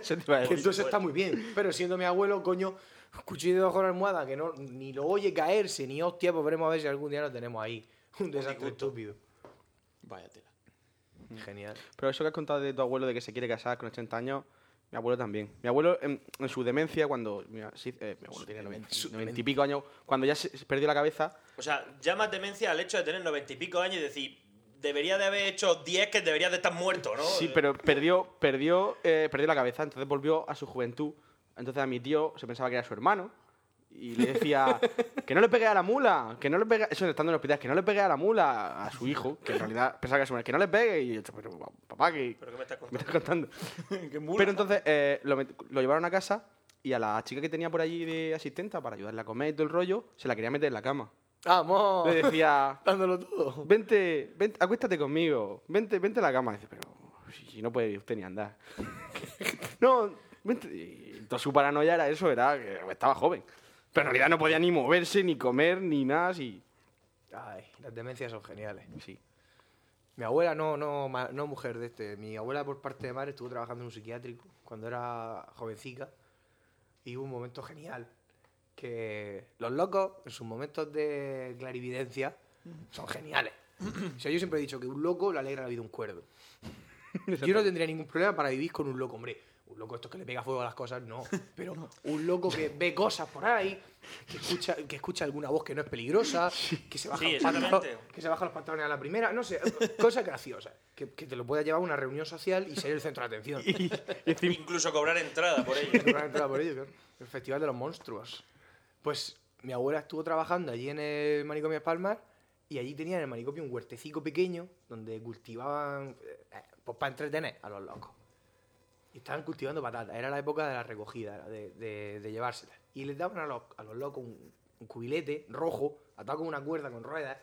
[SPEAKER 1] eso te iba a
[SPEAKER 2] Que
[SPEAKER 1] decir.
[SPEAKER 2] entonces está muy bien. Pero siendo mi abuelo, coño, cuchillo debajo de la almohada, que no, ni lo oye caerse, ni hostia, pues veremos a ver si algún día lo tenemos ahí. Un desastre estúpido.
[SPEAKER 6] Vaya tela.
[SPEAKER 2] Genial.
[SPEAKER 1] Pero eso que has contado de tu abuelo de que se quiere casar con 80 años, mi abuelo también. Mi abuelo, en, en su demencia, cuando. mira, sí, eh, mi abuelo tiene 90,
[SPEAKER 2] su
[SPEAKER 1] 90 y pico años, cuando ya se, se perdió la cabeza,
[SPEAKER 3] O sea, llamas demencia al hecho de tener noventa y pico años y decir, debería de haber hecho 10 que deberías de estar muerto, ¿no?
[SPEAKER 1] sí, pero perdió, perdió, eh, perdió la cabeza, entonces volvió a su juventud. Entonces a mi tío se pensaba que era su hermano y le decía que no le pegue a la mula, que no le pegue, eso estando en el hospital, que no le pegue a la mula a su hijo, que en realidad pensaba que era su hermano, que no le pegue. Y yo, pero papá, que.
[SPEAKER 3] ¿Pero qué me estás
[SPEAKER 1] me
[SPEAKER 3] contando?
[SPEAKER 1] estás contando? Pero entonces eh, lo, met- lo llevaron a casa y a la chica que tenía por allí de asistenta para ayudarle a comer y todo el rollo, se la quería meter en la cama.
[SPEAKER 2] ¡Vamos!
[SPEAKER 1] Le decía,
[SPEAKER 2] Dándolo todo.
[SPEAKER 1] vente, vente, acuéstate conmigo, vente, vente a la cama. Dice, pero si, si no puede usted ni andar. no, vente. Y entonces su paranoia era eso, era que estaba joven. Pero en realidad no podía ni moverse, ni comer, ni nada, así.
[SPEAKER 2] Ay, las demencias son geniales.
[SPEAKER 1] Sí.
[SPEAKER 2] Mi abuela no, no, ma- no mujer de este. Mi abuela por parte de madre estuvo trabajando en un psiquiátrico cuando era jovencica. Y hubo un momento genial. Que los locos, en sus momentos de clarividencia, son geniales. O sea, yo siempre he dicho que un loco le alegra la vida a un cuerdo. Yo no tendría ningún problema para vivir con un loco, hombre. Un loco esto que le pega fuego a las cosas, no. Pero un loco que ve cosas por ahí, que escucha, que escucha alguna voz que no es peligrosa, que se baja,
[SPEAKER 3] Sí,
[SPEAKER 2] los, pantalones-
[SPEAKER 3] exactamente.
[SPEAKER 2] que se baja los pantalones a la primera, no sé, cosas graciosas. Que, que te lo pueda llevar a una reunión social y ser el centro de atención. Y
[SPEAKER 3] Incluso cobrar entrada por ello.
[SPEAKER 2] una entrada por ello, claro. El Festival de los Monstruos. Pues mi abuela estuvo trabajando allí en el manicomio de Palmas y allí tenían en el manicomio un huertecico pequeño donde cultivaban, eh, eh, pues para entretener a los locos. Y estaban cultivando patatas, era la época de la recogida, era de, de- de llevárselas. Y les daban a los, a los locos un, un cubilete rojo, atado con una cuerda con ruedas,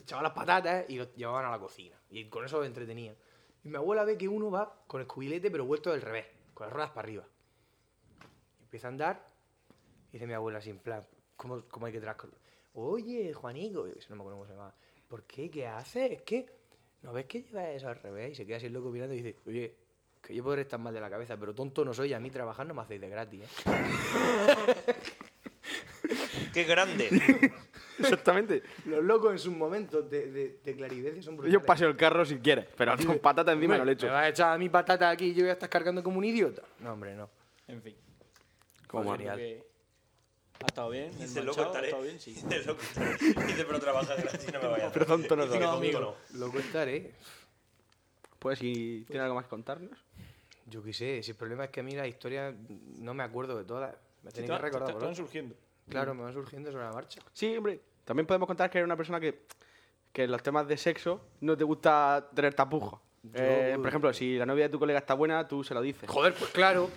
[SPEAKER 2] echaban las patatas y los llevaban a la cocina. Y con eso los entretenían. Y mi abuela ve que uno va con el cubilete pero vuelto del revés, con las ruedas para arriba. Empieza a andar y dice mi abuela sin plan, ¿cómo, cómo hay que tratar? con- Oye, Juanico, yo que sé, no me acuerdo cómo se llamaba. ¿Por qué? ¿Qué haces? Es que, ¿no ves que lleva eso al revés? Y se queda así el loco mirando y dice, oye, que yo podré estar mal de la cabeza, pero tonto no soy, y a mí trabajar no me hacéis de gratis, ¿eh?
[SPEAKER 3] ¡Qué grande!
[SPEAKER 1] Exactamente.
[SPEAKER 2] Los locos en sus momentos de, de, de clarividencia son brutales.
[SPEAKER 1] Yo paseo el carro si quieres, pero con patata encima no le echo.
[SPEAKER 2] ¿Me vas a echar a mi patata aquí y yo voy a estar cargando como un idiota? No, hombre, no.
[SPEAKER 6] En fin.
[SPEAKER 2] Pues
[SPEAKER 1] Como
[SPEAKER 6] Yo
[SPEAKER 1] mal.
[SPEAKER 6] creo que Ha estado bien. el
[SPEAKER 3] Dice loco
[SPEAKER 6] manchado, ha
[SPEAKER 3] estaré.
[SPEAKER 6] estado bien, sí.
[SPEAKER 3] Dice loco estaré. Dice, pero trabaja gratis, no me vaya. a dar".
[SPEAKER 1] Pero tonto no
[SPEAKER 3] Dice,
[SPEAKER 1] soy.
[SPEAKER 3] "Que
[SPEAKER 1] No,
[SPEAKER 3] tonto
[SPEAKER 1] amigo.
[SPEAKER 3] no".
[SPEAKER 2] Lo contaré.
[SPEAKER 1] Pues si tiene algo más que contarnos.
[SPEAKER 2] Yo qué sé, si el problema es que a mí la historia no me acuerdo de todas. Me
[SPEAKER 6] Sí,
[SPEAKER 2] tenéis
[SPEAKER 6] está-
[SPEAKER 2] que recordar,
[SPEAKER 6] está-
[SPEAKER 2] ¿verdad?
[SPEAKER 6] Están surgiendo.
[SPEAKER 2] Claro, me van surgiendo sobre la marcha.
[SPEAKER 1] Sí, hombre. También podemos contar que eres una persona que, que en los temas de sexo no te gusta tener tapujos. Eh, por ejemplo, si la novia de tu colega está buena, tú se lo dices.
[SPEAKER 2] Joder, pues claro.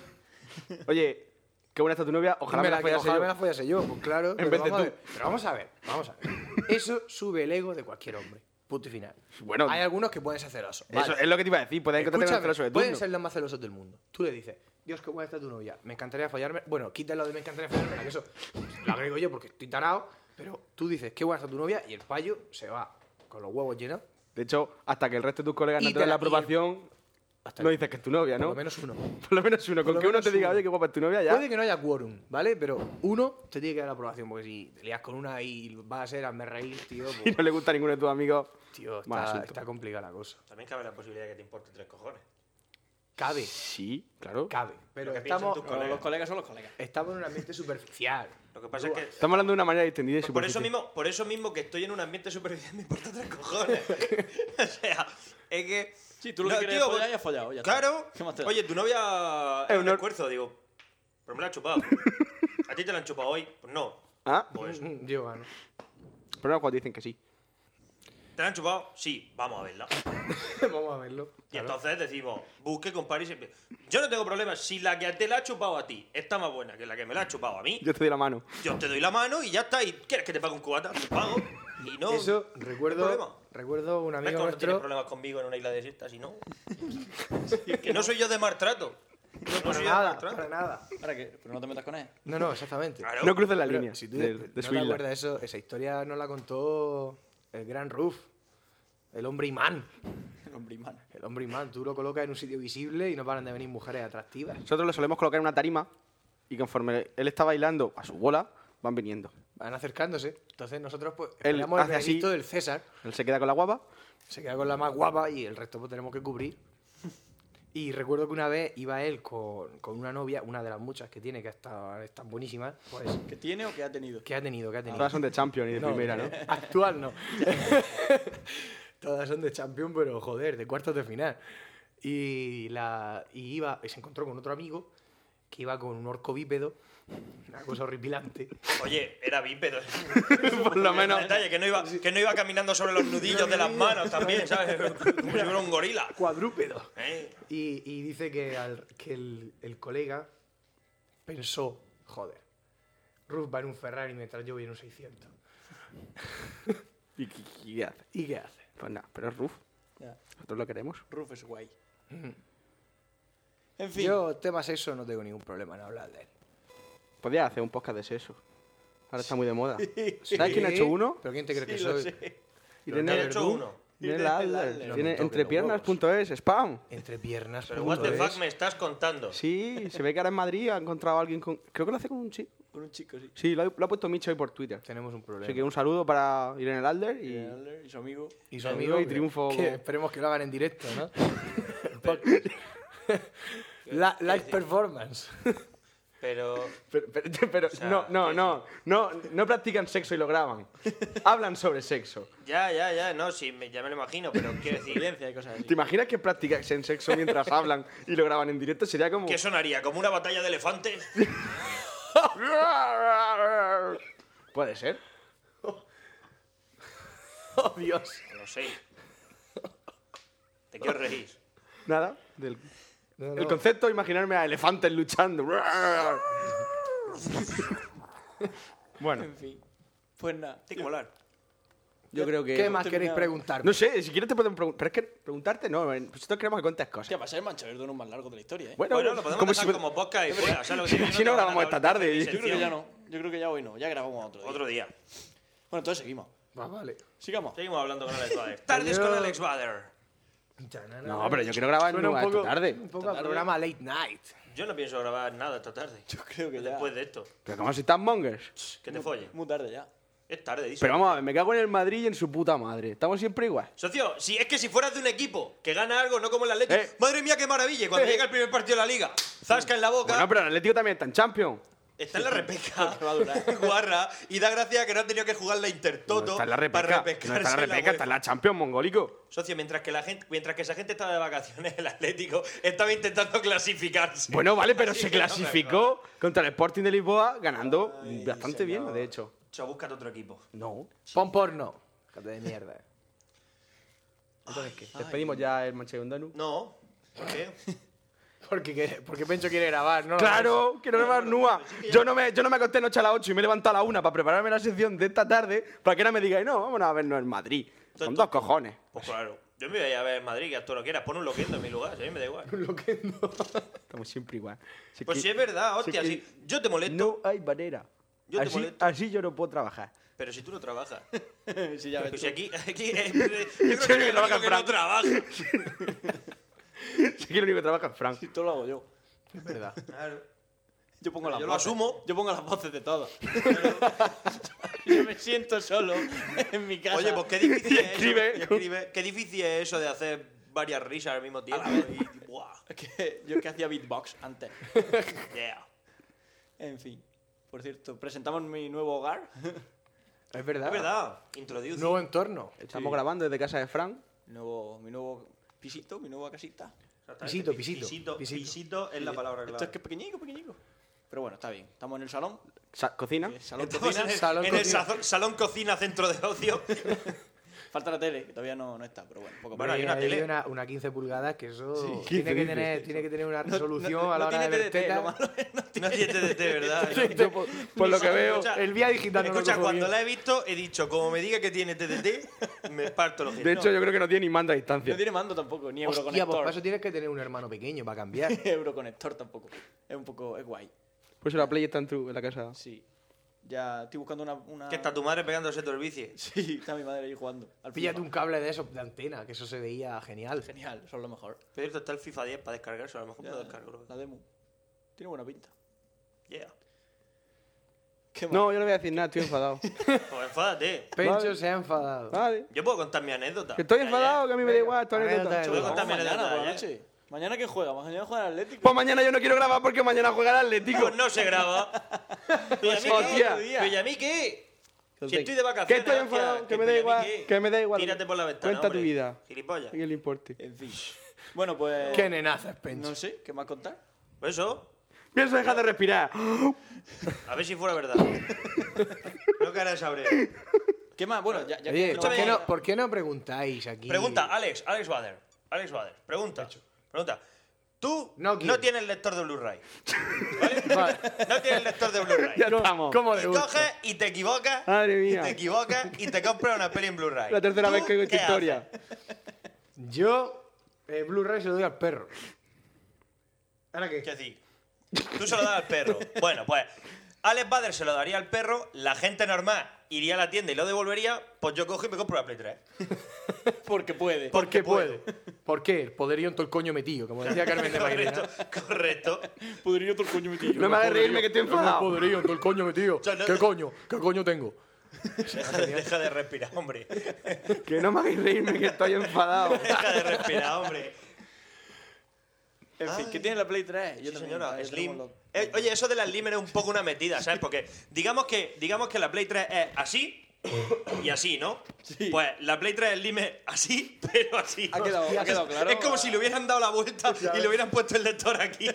[SPEAKER 1] Oye, qué buena está tu novia, ojalá me la,
[SPEAKER 2] que-
[SPEAKER 1] follase
[SPEAKER 2] ojalá
[SPEAKER 1] yo.
[SPEAKER 2] me la follase yo, pues claro. pero
[SPEAKER 1] vez de
[SPEAKER 2] vamos a
[SPEAKER 1] tú.
[SPEAKER 2] ver, pero vamos a ver, vamos a ver. Eso sube el ego de cualquier hombre. Punto y final.
[SPEAKER 1] Bueno,
[SPEAKER 2] Hay algunos que pueden ser celosos.
[SPEAKER 1] Eso
[SPEAKER 2] vale.
[SPEAKER 1] es lo que te iba a decir. Puedes encontrarte en el
[SPEAKER 2] Escúchame,
[SPEAKER 1] celoso de turno.
[SPEAKER 2] pueden ser los más celosos del mundo. Tú le dices, Dios, qué buena está tu novia. Me encantaría follarme. Bueno, quítalo de me encantaría follarme, que eso lo agrego yo porque estoy tarado. Pero tú dices, qué buena está tu novia y el payo se va con los huevos llenos.
[SPEAKER 1] De hecho, hasta que el resto de tus colegas
[SPEAKER 2] Y
[SPEAKER 1] no
[SPEAKER 2] te
[SPEAKER 1] te den la
[SPEAKER 2] la- y el-
[SPEAKER 1] aprobación, no dices que es tu novia,
[SPEAKER 2] Por
[SPEAKER 1] ¿no?
[SPEAKER 2] lo menos uno.
[SPEAKER 1] Por lo menos uno.
[SPEAKER 2] por
[SPEAKER 1] Con
[SPEAKER 2] lo
[SPEAKER 1] que uno
[SPEAKER 2] menos
[SPEAKER 1] te diga,
[SPEAKER 2] uno.
[SPEAKER 1] oye, qué guapa es tu novia, ya.
[SPEAKER 2] Puede que no haya quórum, ¿vale? Pero uno te tiene que dar la aprobación, porque si te lias con una y vas a ser a me reír, tío,
[SPEAKER 1] Y
[SPEAKER 2] pues,
[SPEAKER 1] no le gusta a ninguno de tus amigos.
[SPEAKER 2] tío,
[SPEAKER 1] Mal
[SPEAKER 2] está,
[SPEAKER 1] asunto.
[SPEAKER 2] está complicada la cosa.
[SPEAKER 3] También cabe la posibilidad de que te importe tres cojones.
[SPEAKER 2] Cabe,
[SPEAKER 1] Sí, claro.
[SPEAKER 2] cabe. Pero
[SPEAKER 3] Lo que
[SPEAKER 2] estamos,
[SPEAKER 3] piensen tus
[SPEAKER 6] Pero
[SPEAKER 3] Colega.
[SPEAKER 6] los colegas son los colegas.
[SPEAKER 2] estamos en un ambiente superficial.
[SPEAKER 3] Lo que pasa es que...
[SPEAKER 1] Estamos hablando de una manera distendida y
[SPEAKER 2] Pues
[SPEAKER 3] Por eso,
[SPEAKER 1] superficial.
[SPEAKER 3] mismo, por eso mismo que estoy en un ambiente superficial me importa tres cojones. o sea, es que... pues,
[SPEAKER 6] Sí, tú lo que quieres es follar y has follado, ya está.
[SPEAKER 3] claro.
[SPEAKER 6] ¿Qué más te da?
[SPEAKER 3] Oye, tu novia
[SPEAKER 1] Es
[SPEAKER 3] es un
[SPEAKER 1] una-
[SPEAKER 3] esfuerzo, digo. Pero me la ha chupado. ¿A ti te la han chupado hoy? Pues no.
[SPEAKER 1] Ah,
[SPEAKER 3] Pues, ¿te
[SPEAKER 2] Yo gano.
[SPEAKER 1] pero no cuando dicen que sí.
[SPEAKER 3] la han chupado? Sí, vamos a verla.
[SPEAKER 2] Vamos a verlo.
[SPEAKER 3] Y entonces decimos, busque, compare y se... Yo no tengo problema. Si la que te la ha chupado a ti está más buena que la que me la ha chupado a mí,
[SPEAKER 1] Yo te doy la mano.
[SPEAKER 3] yo te doy la mano y ya está. ¿Y quieres que te pague un cubata? Te pago. Y no.
[SPEAKER 2] Eso,
[SPEAKER 3] no hay
[SPEAKER 2] recuerdo,
[SPEAKER 3] problema.
[SPEAKER 2] recuerdo un
[SPEAKER 3] ¿Ves
[SPEAKER 2] amigo
[SPEAKER 3] cómo no tienes
[SPEAKER 2] nuestro.
[SPEAKER 3] problemas conmigo en una isla desierta, si no. que no soy yo de maltrato. No,
[SPEAKER 2] Para
[SPEAKER 3] soy
[SPEAKER 2] nada,
[SPEAKER 3] yo de
[SPEAKER 2] para
[SPEAKER 3] maltrato.
[SPEAKER 2] nada.
[SPEAKER 6] Para que, pero no te metas con él.
[SPEAKER 2] No, no, exactamente.
[SPEAKER 3] Claro.
[SPEAKER 1] No cruces la
[SPEAKER 2] Pero
[SPEAKER 1] línea
[SPEAKER 2] si tú
[SPEAKER 1] de,
[SPEAKER 2] no
[SPEAKER 1] de
[SPEAKER 2] te
[SPEAKER 1] su isla.
[SPEAKER 2] acuerdas de eso, esa historia nos la contó el gran Roof, el hombre imán.
[SPEAKER 6] El hombre imán.
[SPEAKER 2] El hombre imán, tú lo colocas en un sitio visible y no paran de venir mujeres atractivas.
[SPEAKER 1] Nosotros lo solemos colocar en una tarima y conforme él está bailando a su bola, van viniendo.
[SPEAKER 2] Van acercándose. Entonces nosotros pues
[SPEAKER 1] Él
[SPEAKER 2] esperamos el
[SPEAKER 1] hace así.
[SPEAKER 2] veredicto del César.
[SPEAKER 1] Él se queda con la guapa.
[SPEAKER 2] Se queda con la más guapa y el resto pues tenemos que cubrir. Y recuerdo que una vez iba él con, con una novia, una de las muchas que tiene, que están están buenísimas, pues,
[SPEAKER 6] ¿Que tiene o que ha tenido?
[SPEAKER 2] que ha tenido, que ha tenido.
[SPEAKER 1] Todas son de Champions y de
[SPEAKER 2] No, eh,
[SPEAKER 1] primera, ¿no?
[SPEAKER 2] Actual no. Todas son de Champions, pero joder, de cuartos de final. Y, la, y iba, y se encontró con otro amigo que iba con un orco bípedo, una cosa horripilante.
[SPEAKER 3] Oye, era bípedo.
[SPEAKER 1] Por lo menos.
[SPEAKER 3] Detalle, que no, iba, que no iba caminando sobre los nudillos de las manos también, ¿sabes? Como si fuera un gorila.
[SPEAKER 2] Cuadrúpedo.
[SPEAKER 3] ¿Eh?
[SPEAKER 2] Y, y dice que, al- que el, el colega pensó, joder, Ruth va en un Ferrari mientras yo voy en un 600.
[SPEAKER 1] ¿Y qué- qué hace?
[SPEAKER 2] ¿Y qué hace?
[SPEAKER 1] Pues nada, pero es Ruf.
[SPEAKER 6] Ya.
[SPEAKER 1] Nosotros lo queremos.
[SPEAKER 6] Ruf es guay. En fin.
[SPEAKER 2] Yo temas eso no tengo ningún problema en hablar de él.
[SPEAKER 1] Podría hacer un podcast de sexo. Ahora está muy de moda. ¿Sabes quién ha hecho uno?
[SPEAKER 2] ¿Pero quién te crees
[SPEAKER 6] Sí,
[SPEAKER 2] que
[SPEAKER 6] lo
[SPEAKER 2] soy?
[SPEAKER 6] sé.
[SPEAKER 1] Irene
[SPEAKER 3] ¿Quién ha hecho
[SPEAKER 1] Verdú.
[SPEAKER 3] uno?
[SPEAKER 1] Irene
[SPEAKER 6] Irene
[SPEAKER 1] Adler.
[SPEAKER 2] No
[SPEAKER 6] Adler.
[SPEAKER 1] Tiene
[SPEAKER 2] me toques los
[SPEAKER 1] entrepiernas.es, spam.
[SPEAKER 2] Entre piernas.
[SPEAKER 3] Pero what the
[SPEAKER 2] punto ¿eh? es.
[SPEAKER 3] fuck me estás contando.
[SPEAKER 1] Sí, se ve que ahora en Madrid ha encontrado a alguien con... Creo que lo hace con un chico.
[SPEAKER 6] Con un chico, sí.
[SPEAKER 1] Sí, lo ha, lo ha puesto Micho hoy por Twitter.
[SPEAKER 2] Tenemos un problema.
[SPEAKER 1] Así que un saludo para Irene Adler y...
[SPEAKER 6] Y Adler y su amigo.
[SPEAKER 2] Y su
[SPEAKER 1] Saludo
[SPEAKER 2] amigo
[SPEAKER 1] y
[SPEAKER 2] que-
[SPEAKER 1] triunfo.
[SPEAKER 2] que esperemos que lo hagan en directo, ¿no? La, live performance.
[SPEAKER 3] Pero.
[SPEAKER 1] Pero, pero- pero-
[SPEAKER 3] sea,
[SPEAKER 1] no, no, no, no, no practican sexo y lo graban. Hablan sobre sexo.
[SPEAKER 3] Ya, ya, ya, no, sí, me- ya me lo imagino, pero quiero decir.
[SPEAKER 6] Violencia y cosas
[SPEAKER 1] ¿Te
[SPEAKER 6] así.
[SPEAKER 1] imaginas que practicasen sexo mientras hablan y lo graban en directo? Sería como...
[SPEAKER 3] ¿Qué sonaría? ¿Como una batalla de elefantes?
[SPEAKER 1] Puede ser.
[SPEAKER 2] Oh, Dios.
[SPEAKER 3] No sé. Te quiero reír.
[SPEAKER 1] Nada. del-
[SPEAKER 2] No,
[SPEAKER 1] El
[SPEAKER 2] no.
[SPEAKER 1] concepto, imaginarme a elefantes luchando. bueno,
[SPEAKER 6] En fin. Pues nada. Tiene que molar.
[SPEAKER 1] yo creo que...
[SPEAKER 2] ¿Qué más
[SPEAKER 6] terminado.
[SPEAKER 2] queréis preguntar?
[SPEAKER 1] No sé, si quieres te pueden preguntar. Pero es que preguntarte no, eh, nosotros queremos que cuentes
[SPEAKER 6] Hostia,
[SPEAKER 1] cosas.
[SPEAKER 6] va a ser el mancha verde uno más largo de la historia, ¿eh?
[SPEAKER 3] Bueno, lo podemos
[SPEAKER 1] como
[SPEAKER 3] dejar
[SPEAKER 1] si-
[SPEAKER 3] como podcast y fuera. ¿sabes lo que te digo?
[SPEAKER 1] Si no
[SPEAKER 3] te van a
[SPEAKER 1] grabamos esta
[SPEAKER 3] hablar
[SPEAKER 1] tarde.
[SPEAKER 3] de mi
[SPEAKER 1] y-
[SPEAKER 6] Yo creo
[SPEAKER 3] sección.
[SPEAKER 6] que ya no. Yo creo que ya hoy no. Ya grabamos otro día.
[SPEAKER 3] Otro día.
[SPEAKER 6] Bueno, entonces seguimos.
[SPEAKER 2] Ah, vale.
[SPEAKER 6] Sigamos.
[SPEAKER 3] Seguimos hablando con Alex Bader. Tardes con Alex Bader.
[SPEAKER 1] No, pero yo quiero grabar en
[SPEAKER 2] Suena
[SPEAKER 1] una
[SPEAKER 2] un poco,
[SPEAKER 1] tarde.
[SPEAKER 2] un poco a programa late night.
[SPEAKER 3] Yo no pienso grabar nada esta tarde.
[SPEAKER 6] Yo creo que ya.
[SPEAKER 3] Después de esto.
[SPEAKER 1] Pero como si están mongers.
[SPEAKER 3] Que te follen.
[SPEAKER 6] Muy tarde ya.
[SPEAKER 3] Es tarde, dice.
[SPEAKER 1] Pero vamos a ver, me cago en el Madrid y en su puta madre. Estamos siempre igual.
[SPEAKER 3] Socio, si es que si fueras de un equipo que gana algo, no como el Atlético.
[SPEAKER 1] Eh.
[SPEAKER 3] Madre mía, qué maravilla. Y Cuando llega el primer partido de la liga, zasca en la boca,
[SPEAKER 1] Bueno, pero el Atlético también está en Champions.
[SPEAKER 3] está en la repesca, guarra, y da gracia que no ha tenido que jugar la
[SPEAKER 1] no
[SPEAKER 3] Intertoto
[SPEAKER 1] está en la
[SPEAKER 3] para
[SPEAKER 1] repesca.
[SPEAKER 3] repescarse
[SPEAKER 1] No está en la repesca, está en
[SPEAKER 3] UEFA.
[SPEAKER 1] la Champions, mongólico.
[SPEAKER 3] Socio, mientras que, la gente, mientras que esa gente estaba de vacaciones, el Atlético estaba intentando clasificarse.
[SPEAKER 1] Bueno, vale, pero
[SPEAKER 3] Así
[SPEAKER 1] se
[SPEAKER 3] que no me jodas.
[SPEAKER 1] clasificó contra el Sporting de Lisboa ganando bastante bien, de hecho.
[SPEAKER 3] Chao, búscate otro equipo.
[SPEAKER 1] No.
[SPEAKER 2] Pon porno. Gente de mierda.
[SPEAKER 1] Entonces, ¿qué? Despedimos ya el Manchester United.
[SPEAKER 3] No. ¿Por qué?
[SPEAKER 2] Porque, quiere- porque Pencho quiere grabar, ¿no?
[SPEAKER 1] Claro, quiero grabar Nua. Yo no me, yo no me acosté noche a las 8 y me he levantado a la 1 para prepararme la sección de esta tarde para que ahora me digáis, no, vámonos a vernos en Madrid. Con dos cojones.
[SPEAKER 3] Pues claro. Yo me voy a ver en Madrid, que haz todo lo quieras. Pon un loquendo en mi lugar, si a mí me da igual.
[SPEAKER 1] Estamos siempre igual. Si
[SPEAKER 3] Pues
[SPEAKER 1] que-
[SPEAKER 3] si es verdad, hostia.
[SPEAKER 1] que-
[SPEAKER 3] si yo te molesto,
[SPEAKER 1] No hay manera.
[SPEAKER 3] Yo te
[SPEAKER 1] así,
[SPEAKER 3] molesto.
[SPEAKER 1] así yo no puedo trabajar.
[SPEAKER 3] pero si tú no trabajas.
[SPEAKER 6] sí, ya ves.
[SPEAKER 3] Pues
[SPEAKER 6] tú.
[SPEAKER 3] si aquí, aquí eh, yo creo
[SPEAKER 1] Sí,
[SPEAKER 3] que, es el
[SPEAKER 1] trabaja
[SPEAKER 3] único que
[SPEAKER 1] Fran.
[SPEAKER 3] no trabaja.
[SPEAKER 1] Si que lo único que trabaja es Frank.
[SPEAKER 6] Sí, todo lo hago yo.
[SPEAKER 2] Es verdad.
[SPEAKER 3] Claro.
[SPEAKER 6] Yo pongo las
[SPEAKER 3] yo lo
[SPEAKER 6] voces.
[SPEAKER 3] asumo.
[SPEAKER 6] Yo pongo las voces de todos. yo me siento solo en mi casa.
[SPEAKER 3] Oye, pues qué difícil
[SPEAKER 1] Y
[SPEAKER 3] es
[SPEAKER 1] escribe.
[SPEAKER 3] eso. y escribe. Qué difícil es eso de hacer varias risas al mismo tiempo. y, buah,
[SPEAKER 6] Es que yo es que hacía beatbox antes.
[SPEAKER 3] yeah.
[SPEAKER 6] En fin. Por cierto, presentamos mi nuevo hogar.
[SPEAKER 2] Es verdad.
[SPEAKER 3] Es verdad. Introduce.
[SPEAKER 2] Nuevo entorno.
[SPEAKER 1] Estamos grabando desde casa de Frank.
[SPEAKER 6] Nuevo, mi nuevo pisito, mi nueva casita.
[SPEAKER 3] Exactamente.
[SPEAKER 2] Pisito, pisito,
[SPEAKER 3] Pisito,
[SPEAKER 2] pisito.
[SPEAKER 3] pisito es la palabra clave.
[SPEAKER 6] Eh, Esto es que es pequeñico, pequeñico. Pero bueno, está bien. Estamos en el salón.
[SPEAKER 1] Sa- cocina.
[SPEAKER 6] El salón
[SPEAKER 3] Estamos
[SPEAKER 6] cocina.
[SPEAKER 3] en el,
[SPEAKER 2] salón
[SPEAKER 3] en el
[SPEAKER 2] cocina.
[SPEAKER 3] sazo- salón cocina centro de ocio.
[SPEAKER 6] Falta la tele, que todavía no, no está, pero bueno, poco a
[SPEAKER 3] Bueno,
[SPEAKER 6] poco.
[SPEAKER 3] hay una tele.
[SPEAKER 2] Eh, Una, una 15 pulgadas que eso
[SPEAKER 1] ¿qué
[SPEAKER 2] tiene, que
[SPEAKER 1] dices?
[SPEAKER 2] tener, tiene que tener una
[SPEAKER 6] No- no-
[SPEAKER 2] resolución a la
[SPEAKER 6] no
[SPEAKER 2] hora de
[SPEAKER 6] tiene
[SPEAKER 2] ver
[SPEAKER 6] TDT,
[SPEAKER 2] tetas.
[SPEAKER 6] lo malo es no
[SPEAKER 3] No tiene TDT, ¿verdad?
[SPEAKER 2] Yo, por, por lo que veo,
[SPEAKER 3] Escucha,
[SPEAKER 2] el vía digital no lo
[SPEAKER 3] Escucha,
[SPEAKER 2] cojo
[SPEAKER 3] cuando
[SPEAKER 2] bien.
[SPEAKER 3] la he visto, he dicho, como me diga que tiene TDT, me parto los
[SPEAKER 1] De hecho, yo creo que no tiene ni manda a distancia.
[SPEAKER 6] No tiene mando tampoco,
[SPEAKER 2] Hostia,
[SPEAKER 6] ni
[SPEAKER 2] pues
[SPEAKER 6] Euroconector.
[SPEAKER 2] para eso tienes que tener un hermano pequeño para cambiar.
[SPEAKER 6] Euroconector tampoco. Es un poco, es guay.
[SPEAKER 1] Por eso la Play está en, tu- en la casa.
[SPEAKER 6] Sí. Ya estoy buscando una. una...
[SPEAKER 3] Que está tu madre pegándose todo el bici.
[SPEAKER 6] Sí, está mi madre ahí jugando. Al
[SPEAKER 2] Píllate un
[SPEAKER 6] FIFA.
[SPEAKER 2] cable de esos de antena, que eso se veía genial.
[SPEAKER 6] Genial, eso es lo mejor.
[SPEAKER 3] Pero está el FIFA 10 para descargarse, a lo mejor me
[SPEAKER 6] Ya,
[SPEAKER 3] lo descargo. bro.
[SPEAKER 6] la demo. Tiene buena pinta.
[SPEAKER 3] Yeah.
[SPEAKER 6] ¿Qué más?
[SPEAKER 1] No, yo no voy a decir nada, estoy enfadado.
[SPEAKER 3] Pues enfádate.
[SPEAKER 2] Pencho
[SPEAKER 1] Vale. Ah.
[SPEAKER 2] se ha enfadado.
[SPEAKER 1] Vale.
[SPEAKER 3] Yo puedo contar mi anécdota.
[SPEAKER 1] Que estoy
[SPEAKER 3] Ya, ya.
[SPEAKER 1] enfadado, que a mí me da igual, tu
[SPEAKER 2] Venga,
[SPEAKER 1] anécdota.
[SPEAKER 2] anécdota.
[SPEAKER 3] Yo voy a
[SPEAKER 6] Vamos
[SPEAKER 3] contar mi
[SPEAKER 6] mañana
[SPEAKER 3] anécdota.
[SPEAKER 6] por la
[SPEAKER 3] ya.
[SPEAKER 6] noche. Mañana que juega, mañana juega el Atlético.
[SPEAKER 1] Pues mañana yo no quiero grabar porque mañana juega el Atlético.
[SPEAKER 3] Pues no se graba. ¿Pero y a mí
[SPEAKER 1] Hostia.
[SPEAKER 3] qué? ¿Pero y a mí qué? Que estoy de vacaciones.
[SPEAKER 1] Que estoy
[SPEAKER 3] hostia.
[SPEAKER 1] enfadado, que me
[SPEAKER 3] pero
[SPEAKER 1] da
[SPEAKER 3] y a mí
[SPEAKER 1] igual,
[SPEAKER 3] qué?
[SPEAKER 1] que me da igual.
[SPEAKER 3] Tírate por la ventana,
[SPEAKER 1] Cuenta tu
[SPEAKER 3] hombre.
[SPEAKER 1] vida.
[SPEAKER 3] Gilipollas.
[SPEAKER 1] ¿A quién le importe?
[SPEAKER 6] En fin. Bueno, pues.
[SPEAKER 2] Pues, Qué nenaza es Pencho.
[SPEAKER 6] No sé, ¿qué más contar?
[SPEAKER 3] Pues eso,
[SPEAKER 1] Pienso dejar de respirar.
[SPEAKER 3] a ver si fuera verdad. Creo que ahora sabré.
[SPEAKER 6] ¿Qué más? Bueno, ya, ya que
[SPEAKER 2] Oye,
[SPEAKER 6] no-
[SPEAKER 2] ¿por qué,
[SPEAKER 3] escúchame.
[SPEAKER 2] no, por qué no preguntáis aquí?
[SPEAKER 3] Pregunta, Alex, Alex Bader. Alex Bader, pregunta. Pregunta. Tú
[SPEAKER 2] No
[SPEAKER 3] no,
[SPEAKER 2] quiero.
[SPEAKER 3] tienes lector de Blu-ray. ¿Vale? No tienes lector de Blu-ray.
[SPEAKER 1] Ya estamos.
[SPEAKER 2] ¿Cómo
[SPEAKER 3] Y
[SPEAKER 2] le gusta?
[SPEAKER 3] coges y te equivocas.
[SPEAKER 1] Madre mía.
[SPEAKER 3] Y te equivocas y te compras una peli en Blu-ray.
[SPEAKER 1] La tercera
[SPEAKER 3] ¿Tú
[SPEAKER 1] vez que oigo
[SPEAKER 3] qué
[SPEAKER 1] esta historia.
[SPEAKER 2] Yo, eh, Blu-ray se lo doy al perro. ¿Ahora qué?
[SPEAKER 3] haces? Quiero decir, tú se lo das al perro. Bueno, pues Alex Bader se lo daría al perro, la gente normal iría a la tienda y lo devolvería, pues yo cojo y me compro la Play ¿eh? 3.
[SPEAKER 6] Porque puede.
[SPEAKER 2] ¿Por qué puedo? ¿Por qué? El poderío en todo el coño metido, como decía Carmen de Mairena.
[SPEAKER 3] Correcto, correcto.
[SPEAKER 6] Podría otro coño metido.
[SPEAKER 1] No me hagas reírme que estoy
[SPEAKER 2] El
[SPEAKER 1] enfadado.
[SPEAKER 2] poderío en todo el coño metido.
[SPEAKER 3] sea, no-
[SPEAKER 2] ¿Qué coño? ¿Qué coño tengo?
[SPEAKER 3] Deja de, deja de respirar, hombre.
[SPEAKER 1] Que no me hagáis reírme que estoy enfadado.
[SPEAKER 3] Deja de respirar, hombre.
[SPEAKER 6] En fin, ¿qué tiene la Play 3? Yo
[SPEAKER 3] Sí,
[SPEAKER 6] también,
[SPEAKER 3] señora,
[SPEAKER 6] ¿sabes?
[SPEAKER 3] Slim.
[SPEAKER 6] Tenemos los-
[SPEAKER 3] Eh, oye, eso de la Slim era un poco una metida, ¿sabes? Porque digamos que, digamos que la Play 3 es así y así, ¿no?
[SPEAKER 6] Sí.
[SPEAKER 3] Pues la Play 3 Slim es así, pero así.
[SPEAKER 6] Ha quedado- ha quedado claro.
[SPEAKER 3] Es como si le hubieran dado la vuelta y le hubieran puesto el lector aquí.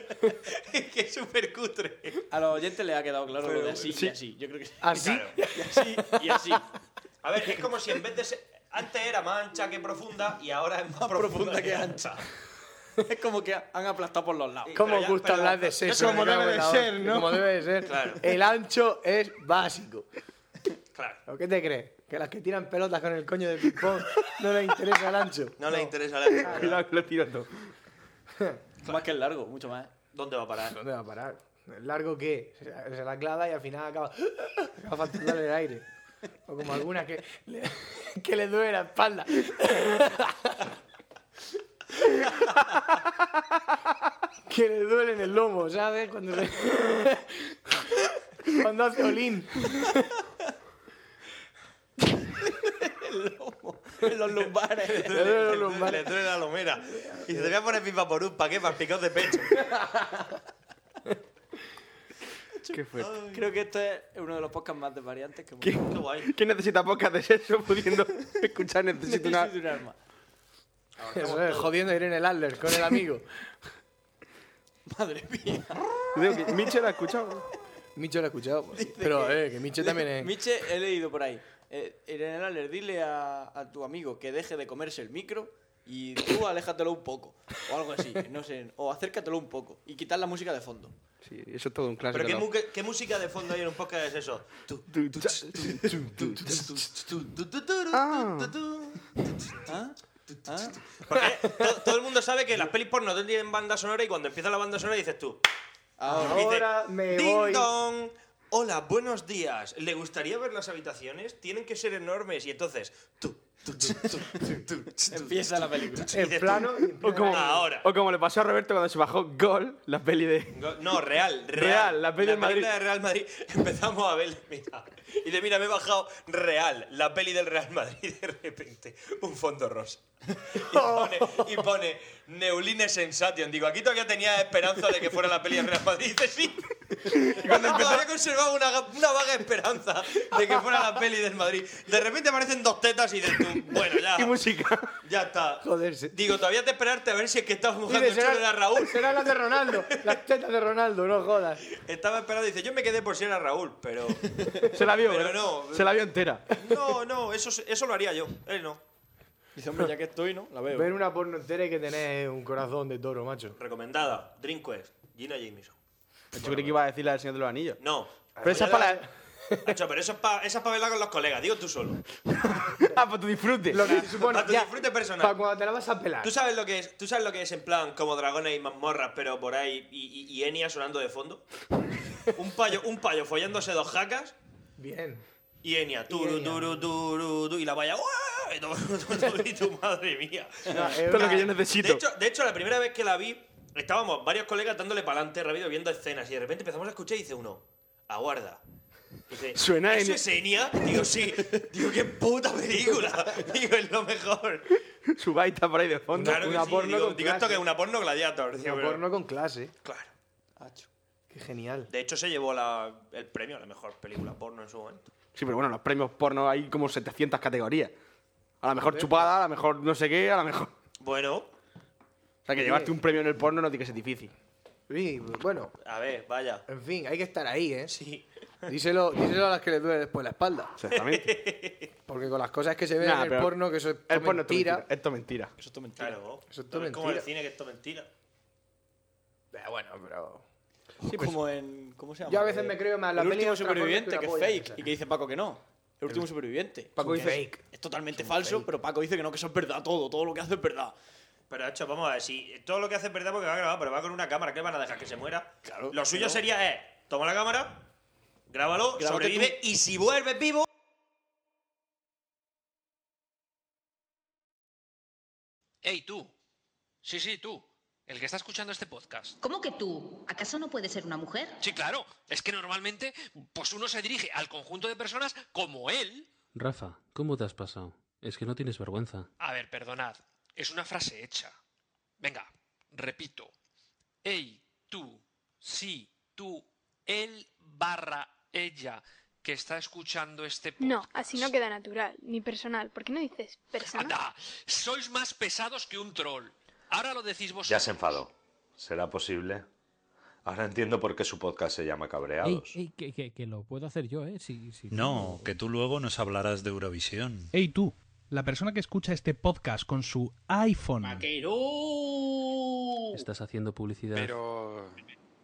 [SPEAKER 3] Es que es súper cutre.
[SPEAKER 6] A los oyentes les ha quedado claro lo de así
[SPEAKER 1] sí.
[SPEAKER 6] y así. Yo creo que sí.
[SPEAKER 2] Así.
[SPEAKER 3] Claro.
[SPEAKER 6] Y así y así.
[SPEAKER 3] A ver, es como si en vez de ser... Antes era más ancha que profunda y ahora es más,
[SPEAKER 6] profunda que ancha. Es como que han aplastado por los lados.
[SPEAKER 2] ¿Cómo
[SPEAKER 3] Pero ya-
[SPEAKER 2] gusta
[SPEAKER 3] pero-
[SPEAKER 2] hablar de
[SPEAKER 3] eso
[SPEAKER 2] sexo?
[SPEAKER 1] como
[SPEAKER 2] me cago
[SPEAKER 1] debe
[SPEAKER 2] en
[SPEAKER 1] de
[SPEAKER 2] la
[SPEAKER 1] ser,
[SPEAKER 2] hostia,
[SPEAKER 1] ¿no?
[SPEAKER 2] Como debe de ser.
[SPEAKER 3] Claro.
[SPEAKER 2] El ancho es básico.
[SPEAKER 3] Claro.
[SPEAKER 2] ¿O qué te crees? Que las que tiran pelotas con el coño de ping-pong no les interesa el ancho.
[SPEAKER 3] No, le interesa la ancha.
[SPEAKER 1] Cuidado que lo tiro todo.
[SPEAKER 6] Más que el largo, mucho más.
[SPEAKER 3] ¿Dónde va a parar?
[SPEAKER 2] ¿Dónde va a parar? ¿El largo qué? Se la, se la clava y al final acaba, acaba faltándole el aire. O como algunas que le, que le duele la espalda. que le duele en el lomo, ¿sabes? Cuando, se- Cuando hace olín.
[SPEAKER 6] En los lumbares.
[SPEAKER 2] Le duele
[SPEAKER 3] Le-
[SPEAKER 2] los lumbares.
[SPEAKER 3] Le duele la lomera. Y se te voy a poner pipa por un ¿para qué? Para el picón de pecho.
[SPEAKER 1] Qué fuerte.
[SPEAKER 6] Creo que este es uno de los podcasts más desvariantes que hemos
[SPEAKER 1] ¿Qué?
[SPEAKER 3] Qué guay.
[SPEAKER 1] ¿Quién necesita podcast de sexo pudiendo escuchar? Necesito una...
[SPEAKER 6] Necesito un arma.
[SPEAKER 2] Eso es, jodiendo a Irene Adler con el amigo.
[SPEAKER 6] Madre mía.
[SPEAKER 1] Digo que Michel ha escuchado.
[SPEAKER 2] Micho lo ha escuchado. Pero, eh, que Micho también es...
[SPEAKER 6] Miche, he leído por ahí. Eh, Irene Laller, dile a, a tu amigo que deje de comerse el micro y tú aléjatelo un poco. O algo así, no sé. O acércatelo un poco y quitar la música de fondo.
[SPEAKER 1] Sí, eso es todo un clásico.
[SPEAKER 3] Pero ¿qué,
[SPEAKER 1] ¿no?
[SPEAKER 3] mu- qué música de fondo hay en un podcast es eso? Tu,
[SPEAKER 1] Tu- tu-
[SPEAKER 3] tu, tu, tu, tu, tu, tu, tu,
[SPEAKER 1] Ah.
[SPEAKER 3] tu, tu.
[SPEAKER 6] ¿Ah? ¿Ah?
[SPEAKER 3] Porque to- todo el mundo sabe que las pelis porno no tienen banda sonora y cuando empieza la banda sonora dices tú.
[SPEAKER 6] Ahora.
[SPEAKER 3] dices,
[SPEAKER 2] Ahora me
[SPEAKER 3] "Ding
[SPEAKER 2] voy".
[SPEAKER 3] dong. Hola, buenos días. ¿Le gustaría ver las habitaciones? Tienen que ser enormes y entonces tú, tú, tú, tú, tú, tú, tú.
[SPEAKER 6] Empieza la película.
[SPEAKER 2] En plano... y en
[SPEAKER 1] O como,
[SPEAKER 3] Ahora.
[SPEAKER 1] o como le pasó a Roberto cuando se bajó Gol, la peli de...
[SPEAKER 3] Go- No, Real, Real.
[SPEAKER 1] Real, la peli del
[SPEAKER 3] película
[SPEAKER 1] Madrid.
[SPEAKER 3] de Real Madrid. Empezamos a ver, mira. Y de mira, me he bajado Real, la peli del Real Madrid. De repente, un fondo rosa. Y pone, y pone Neuline Sensation. Digo, aquí todavía tenía esperanza de que fuera la peli del Real Madrid. Y dice, sí. Y cuando todavía conservaba una, ga- una vaga esperanza de que fuera la peli del Madrid. De repente aparecen dos tetas y dices tú, bueno, ya.
[SPEAKER 1] ¿Qué música?
[SPEAKER 3] Ya está.
[SPEAKER 2] Joder, se-
[SPEAKER 3] Digo, todavía te esperarte a ver si es que estabas mojando
[SPEAKER 2] Dile,
[SPEAKER 3] el chulo de Raúl.
[SPEAKER 2] será la de Ronaldo, las tetas de Ronaldo, no jodas.
[SPEAKER 3] Estaba esperando, dice, yo me quedé por si era Raúl, pero...
[SPEAKER 1] Se la vio,
[SPEAKER 3] Pero
[SPEAKER 1] ¿verdad?
[SPEAKER 3] no.
[SPEAKER 1] Se la vio entera.
[SPEAKER 3] No, no, eso, eso lo haría yo, él no.
[SPEAKER 6] Dice, hombre, ya que estoy, ¿no? La veo.
[SPEAKER 2] Ver una porno entera hay que tener un corazón de toro, macho.
[SPEAKER 3] Recomendada, Dream Quest, Gina Jameson.
[SPEAKER 1] Yo creí que iba a decir la del Señor de los Anillos.
[SPEAKER 3] No.
[SPEAKER 1] Pero esa es para la...
[SPEAKER 3] Nacho, pero eso es para verla con los colegas, digo tú solo.
[SPEAKER 1] Ah, para tu disfrute.
[SPEAKER 2] Lo que se supone
[SPEAKER 3] Para tu
[SPEAKER 2] ya,
[SPEAKER 3] disfrute personal.
[SPEAKER 2] para cuando te la vas a pelar.
[SPEAKER 3] ¿Tú sabes lo que es? ¿Tú sabes lo que es en plan como dragones y mazmorras, pero por ahí y, y- y Enya sonando de fondo? Un payo, un payo follándose dos jacas
[SPEAKER 2] Bien.
[SPEAKER 3] y Enya turu
[SPEAKER 2] Enya.
[SPEAKER 3] turu turu tu, y la vaya ¡guau! y todo, todo el grito, madre mía.
[SPEAKER 2] No, es
[SPEAKER 1] Esto es lo
[SPEAKER 2] una-
[SPEAKER 1] que yo necesito.
[SPEAKER 3] De hecho, de hecho, la primera vez que la vi, estábamos varios colegas dándole pa'lante rápido viendo escenas y de repente empezamos a escuchar y dice uno, aguarda. Dice,
[SPEAKER 1] Suena
[SPEAKER 3] ¿Eso
[SPEAKER 1] Enya.
[SPEAKER 3] es Enya? Digo, sí. Digo, qué puta película. Digo, es lo mejor.
[SPEAKER 1] Su baita por ahí de fondo.
[SPEAKER 3] Claro que
[SPEAKER 2] una
[SPEAKER 3] sí.
[SPEAKER 2] porno
[SPEAKER 3] digo,
[SPEAKER 2] con
[SPEAKER 3] digo, esto
[SPEAKER 2] clase.
[SPEAKER 3] que es una porno gladiator.
[SPEAKER 2] una
[SPEAKER 3] Digo, pero-
[SPEAKER 2] porno con clase.
[SPEAKER 3] Claro.
[SPEAKER 2] Qué genial.
[SPEAKER 3] De hecho, se llevó la- el premio a la mejor película porno en su momento.
[SPEAKER 1] Sí, pero bueno, los premios porno hay como 700 categorías. A la mejor chupada, a la mejor no sé qué, a la mejor...
[SPEAKER 3] Bueno,
[SPEAKER 1] O sea, que llevarte un premio en el porno no tiene que ser difícil.
[SPEAKER 2] Sí, bueno,
[SPEAKER 3] a ver, vaya.
[SPEAKER 2] en fin, hay que estar ahí, ¿eh?
[SPEAKER 3] Sí.
[SPEAKER 2] Díselo, díselo a las que les duele después la espalda.
[SPEAKER 1] Exactamente.
[SPEAKER 2] Porque con las cosas que se ven
[SPEAKER 1] Nah,
[SPEAKER 2] en el
[SPEAKER 1] pero
[SPEAKER 2] porno, que eso es
[SPEAKER 1] el porno
[SPEAKER 2] mentira.
[SPEAKER 1] esto es mentira.
[SPEAKER 6] Eso es todo mentira.
[SPEAKER 3] Claro.
[SPEAKER 2] Eso es
[SPEAKER 3] Esto
[SPEAKER 2] todo
[SPEAKER 3] es como el
[SPEAKER 2] mentira.
[SPEAKER 3] cine que esto es mentira.
[SPEAKER 2] Eh, bueno, pero...
[SPEAKER 6] como en. ¿Cómo se llama?
[SPEAKER 2] Yo a veces me creo más la
[SPEAKER 6] El
[SPEAKER 2] peli
[SPEAKER 6] último
[SPEAKER 2] de otra forma
[SPEAKER 6] superviviente,
[SPEAKER 2] que
[SPEAKER 6] que
[SPEAKER 2] la
[SPEAKER 6] es
[SPEAKER 2] polla,
[SPEAKER 6] fake.
[SPEAKER 2] esa.
[SPEAKER 6] Y que dice Paco que no. El último superviviente.
[SPEAKER 7] Pues
[SPEAKER 2] Paco
[SPEAKER 6] Es
[SPEAKER 2] dice
[SPEAKER 6] un
[SPEAKER 2] fake.
[SPEAKER 6] Es totalmente falso, pero Paco dice que no, que eso es verdad todo. Todo lo que hace es verdad.
[SPEAKER 3] Pero, hecho, vamos a ver, si todo lo que hace es verdad porque va grabado, pero va con una cámara, ¿qué van a dejar que se muera?
[SPEAKER 6] Claro,
[SPEAKER 3] Lo suyo
[SPEAKER 6] claro.
[SPEAKER 3] sería, eh, toma la cámara, grábalo,
[SPEAKER 6] Grábate
[SPEAKER 3] sobrevive y si vuelves vivo.
[SPEAKER 5] ¡Ey, tú! Sí, sí, tú. El que está escuchando este podcast.
[SPEAKER 8] ¿Cómo que tú? ¿Acaso no puedes ser una mujer?
[SPEAKER 5] Sí, claro. Es que normalmente, pues uno se dirige al conjunto de personas como él.
[SPEAKER 7] Rafa, ¿cómo te has pasado? Es que no tienes vergüenza.
[SPEAKER 5] A ver, perdonad. Es una frase hecha. Venga, repito. Ey, tú, sí, tú, él barra ella que está escuchando este podcast.
[SPEAKER 9] No, así no queda natural, ni personal. ¿Por qué no dices personal?
[SPEAKER 5] Anda, sois más pesados que un troll. Ahora lo decís vosotros.
[SPEAKER 10] Ya se enfadó. ¿Será posible? Ahora entiendo por qué su podcast se llama
[SPEAKER 7] Ey,
[SPEAKER 10] Cabreados.
[SPEAKER 7] ey, que, que- que lo puedo hacer yo, ¿eh? Si, si-
[SPEAKER 4] No, que tú luego nos hablarás de Eurovisión.
[SPEAKER 11] Hey tú, la persona que escucha este podcast con su iPhone.
[SPEAKER 7] Estás haciendo publicidad.
[SPEAKER 4] Pero...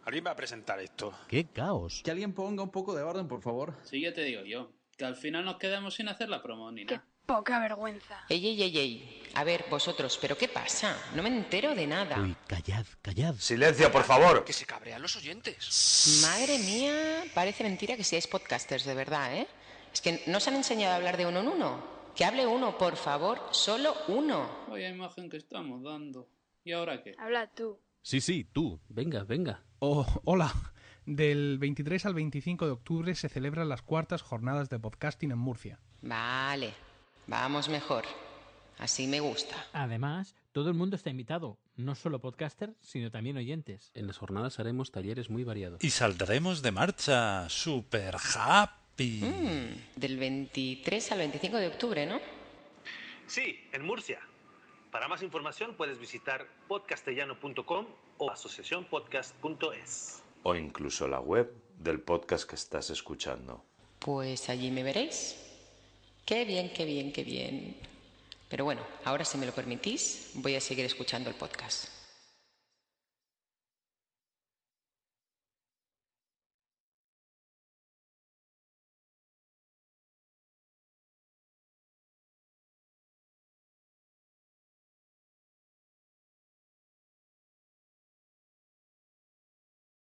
[SPEAKER 4] ¿Alguien va a presentar esto?
[SPEAKER 11] ¡Qué caos!
[SPEAKER 5] Que alguien ponga un poco de orden, por favor.
[SPEAKER 11] Sí, ya te digo yo. Que al final nos quedamos sin hacer la promo ni
[SPEAKER 9] Qué poca vergüenza.
[SPEAKER 8] Ey, ey, ey, ey. A ver, vosotros, ¿pero qué pasa? No me entero de nada.
[SPEAKER 11] callad, callad.
[SPEAKER 10] Silencio, por favor.
[SPEAKER 5] Que se cabrean los oyentes.
[SPEAKER 8] Madre mía, parece mentira que seáis podcasters, de verdad, ¿eh? Es que no os han enseñado a hablar de uno en uno. Que hable uno, por favor, solo uno.
[SPEAKER 11] Vaya imagen que estamos dando. ¿Y ahora qué?
[SPEAKER 9] Habla tú.
[SPEAKER 11] Sí, sí, tú.
[SPEAKER 7] Venga, venga.
[SPEAKER 11] Oh, hola. Del 23 al 25 de octubre se celebran las cuartas jornadas de podcasting en Murcia.
[SPEAKER 8] Vale, vamos mejor. Así me gusta.
[SPEAKER 7] Además, todo el mundo está invitado. No solo podcaster, sino también oyentes. En las jornadas haremos talleres muy variados.
[SPEAKER 4] Y saldremos de marcha. Super happy.
[SPEAKER 8] Mm, del 23 al 25 de octubre, ¿no?
[SPEAKER 11] Sí, en Murcia. Para más información puedes visitar podcastellano.com o asociacionpodcast.es.
[SPEAKER 10] O incluso la web del podcast que estás escuchando.
[SPEAKER 8] Pues allí me veréis. Qué bien, Eh, qué bien, qué bien. Pero bueno, ahora si me lo permitís, voy a seguir escuchando el podcast.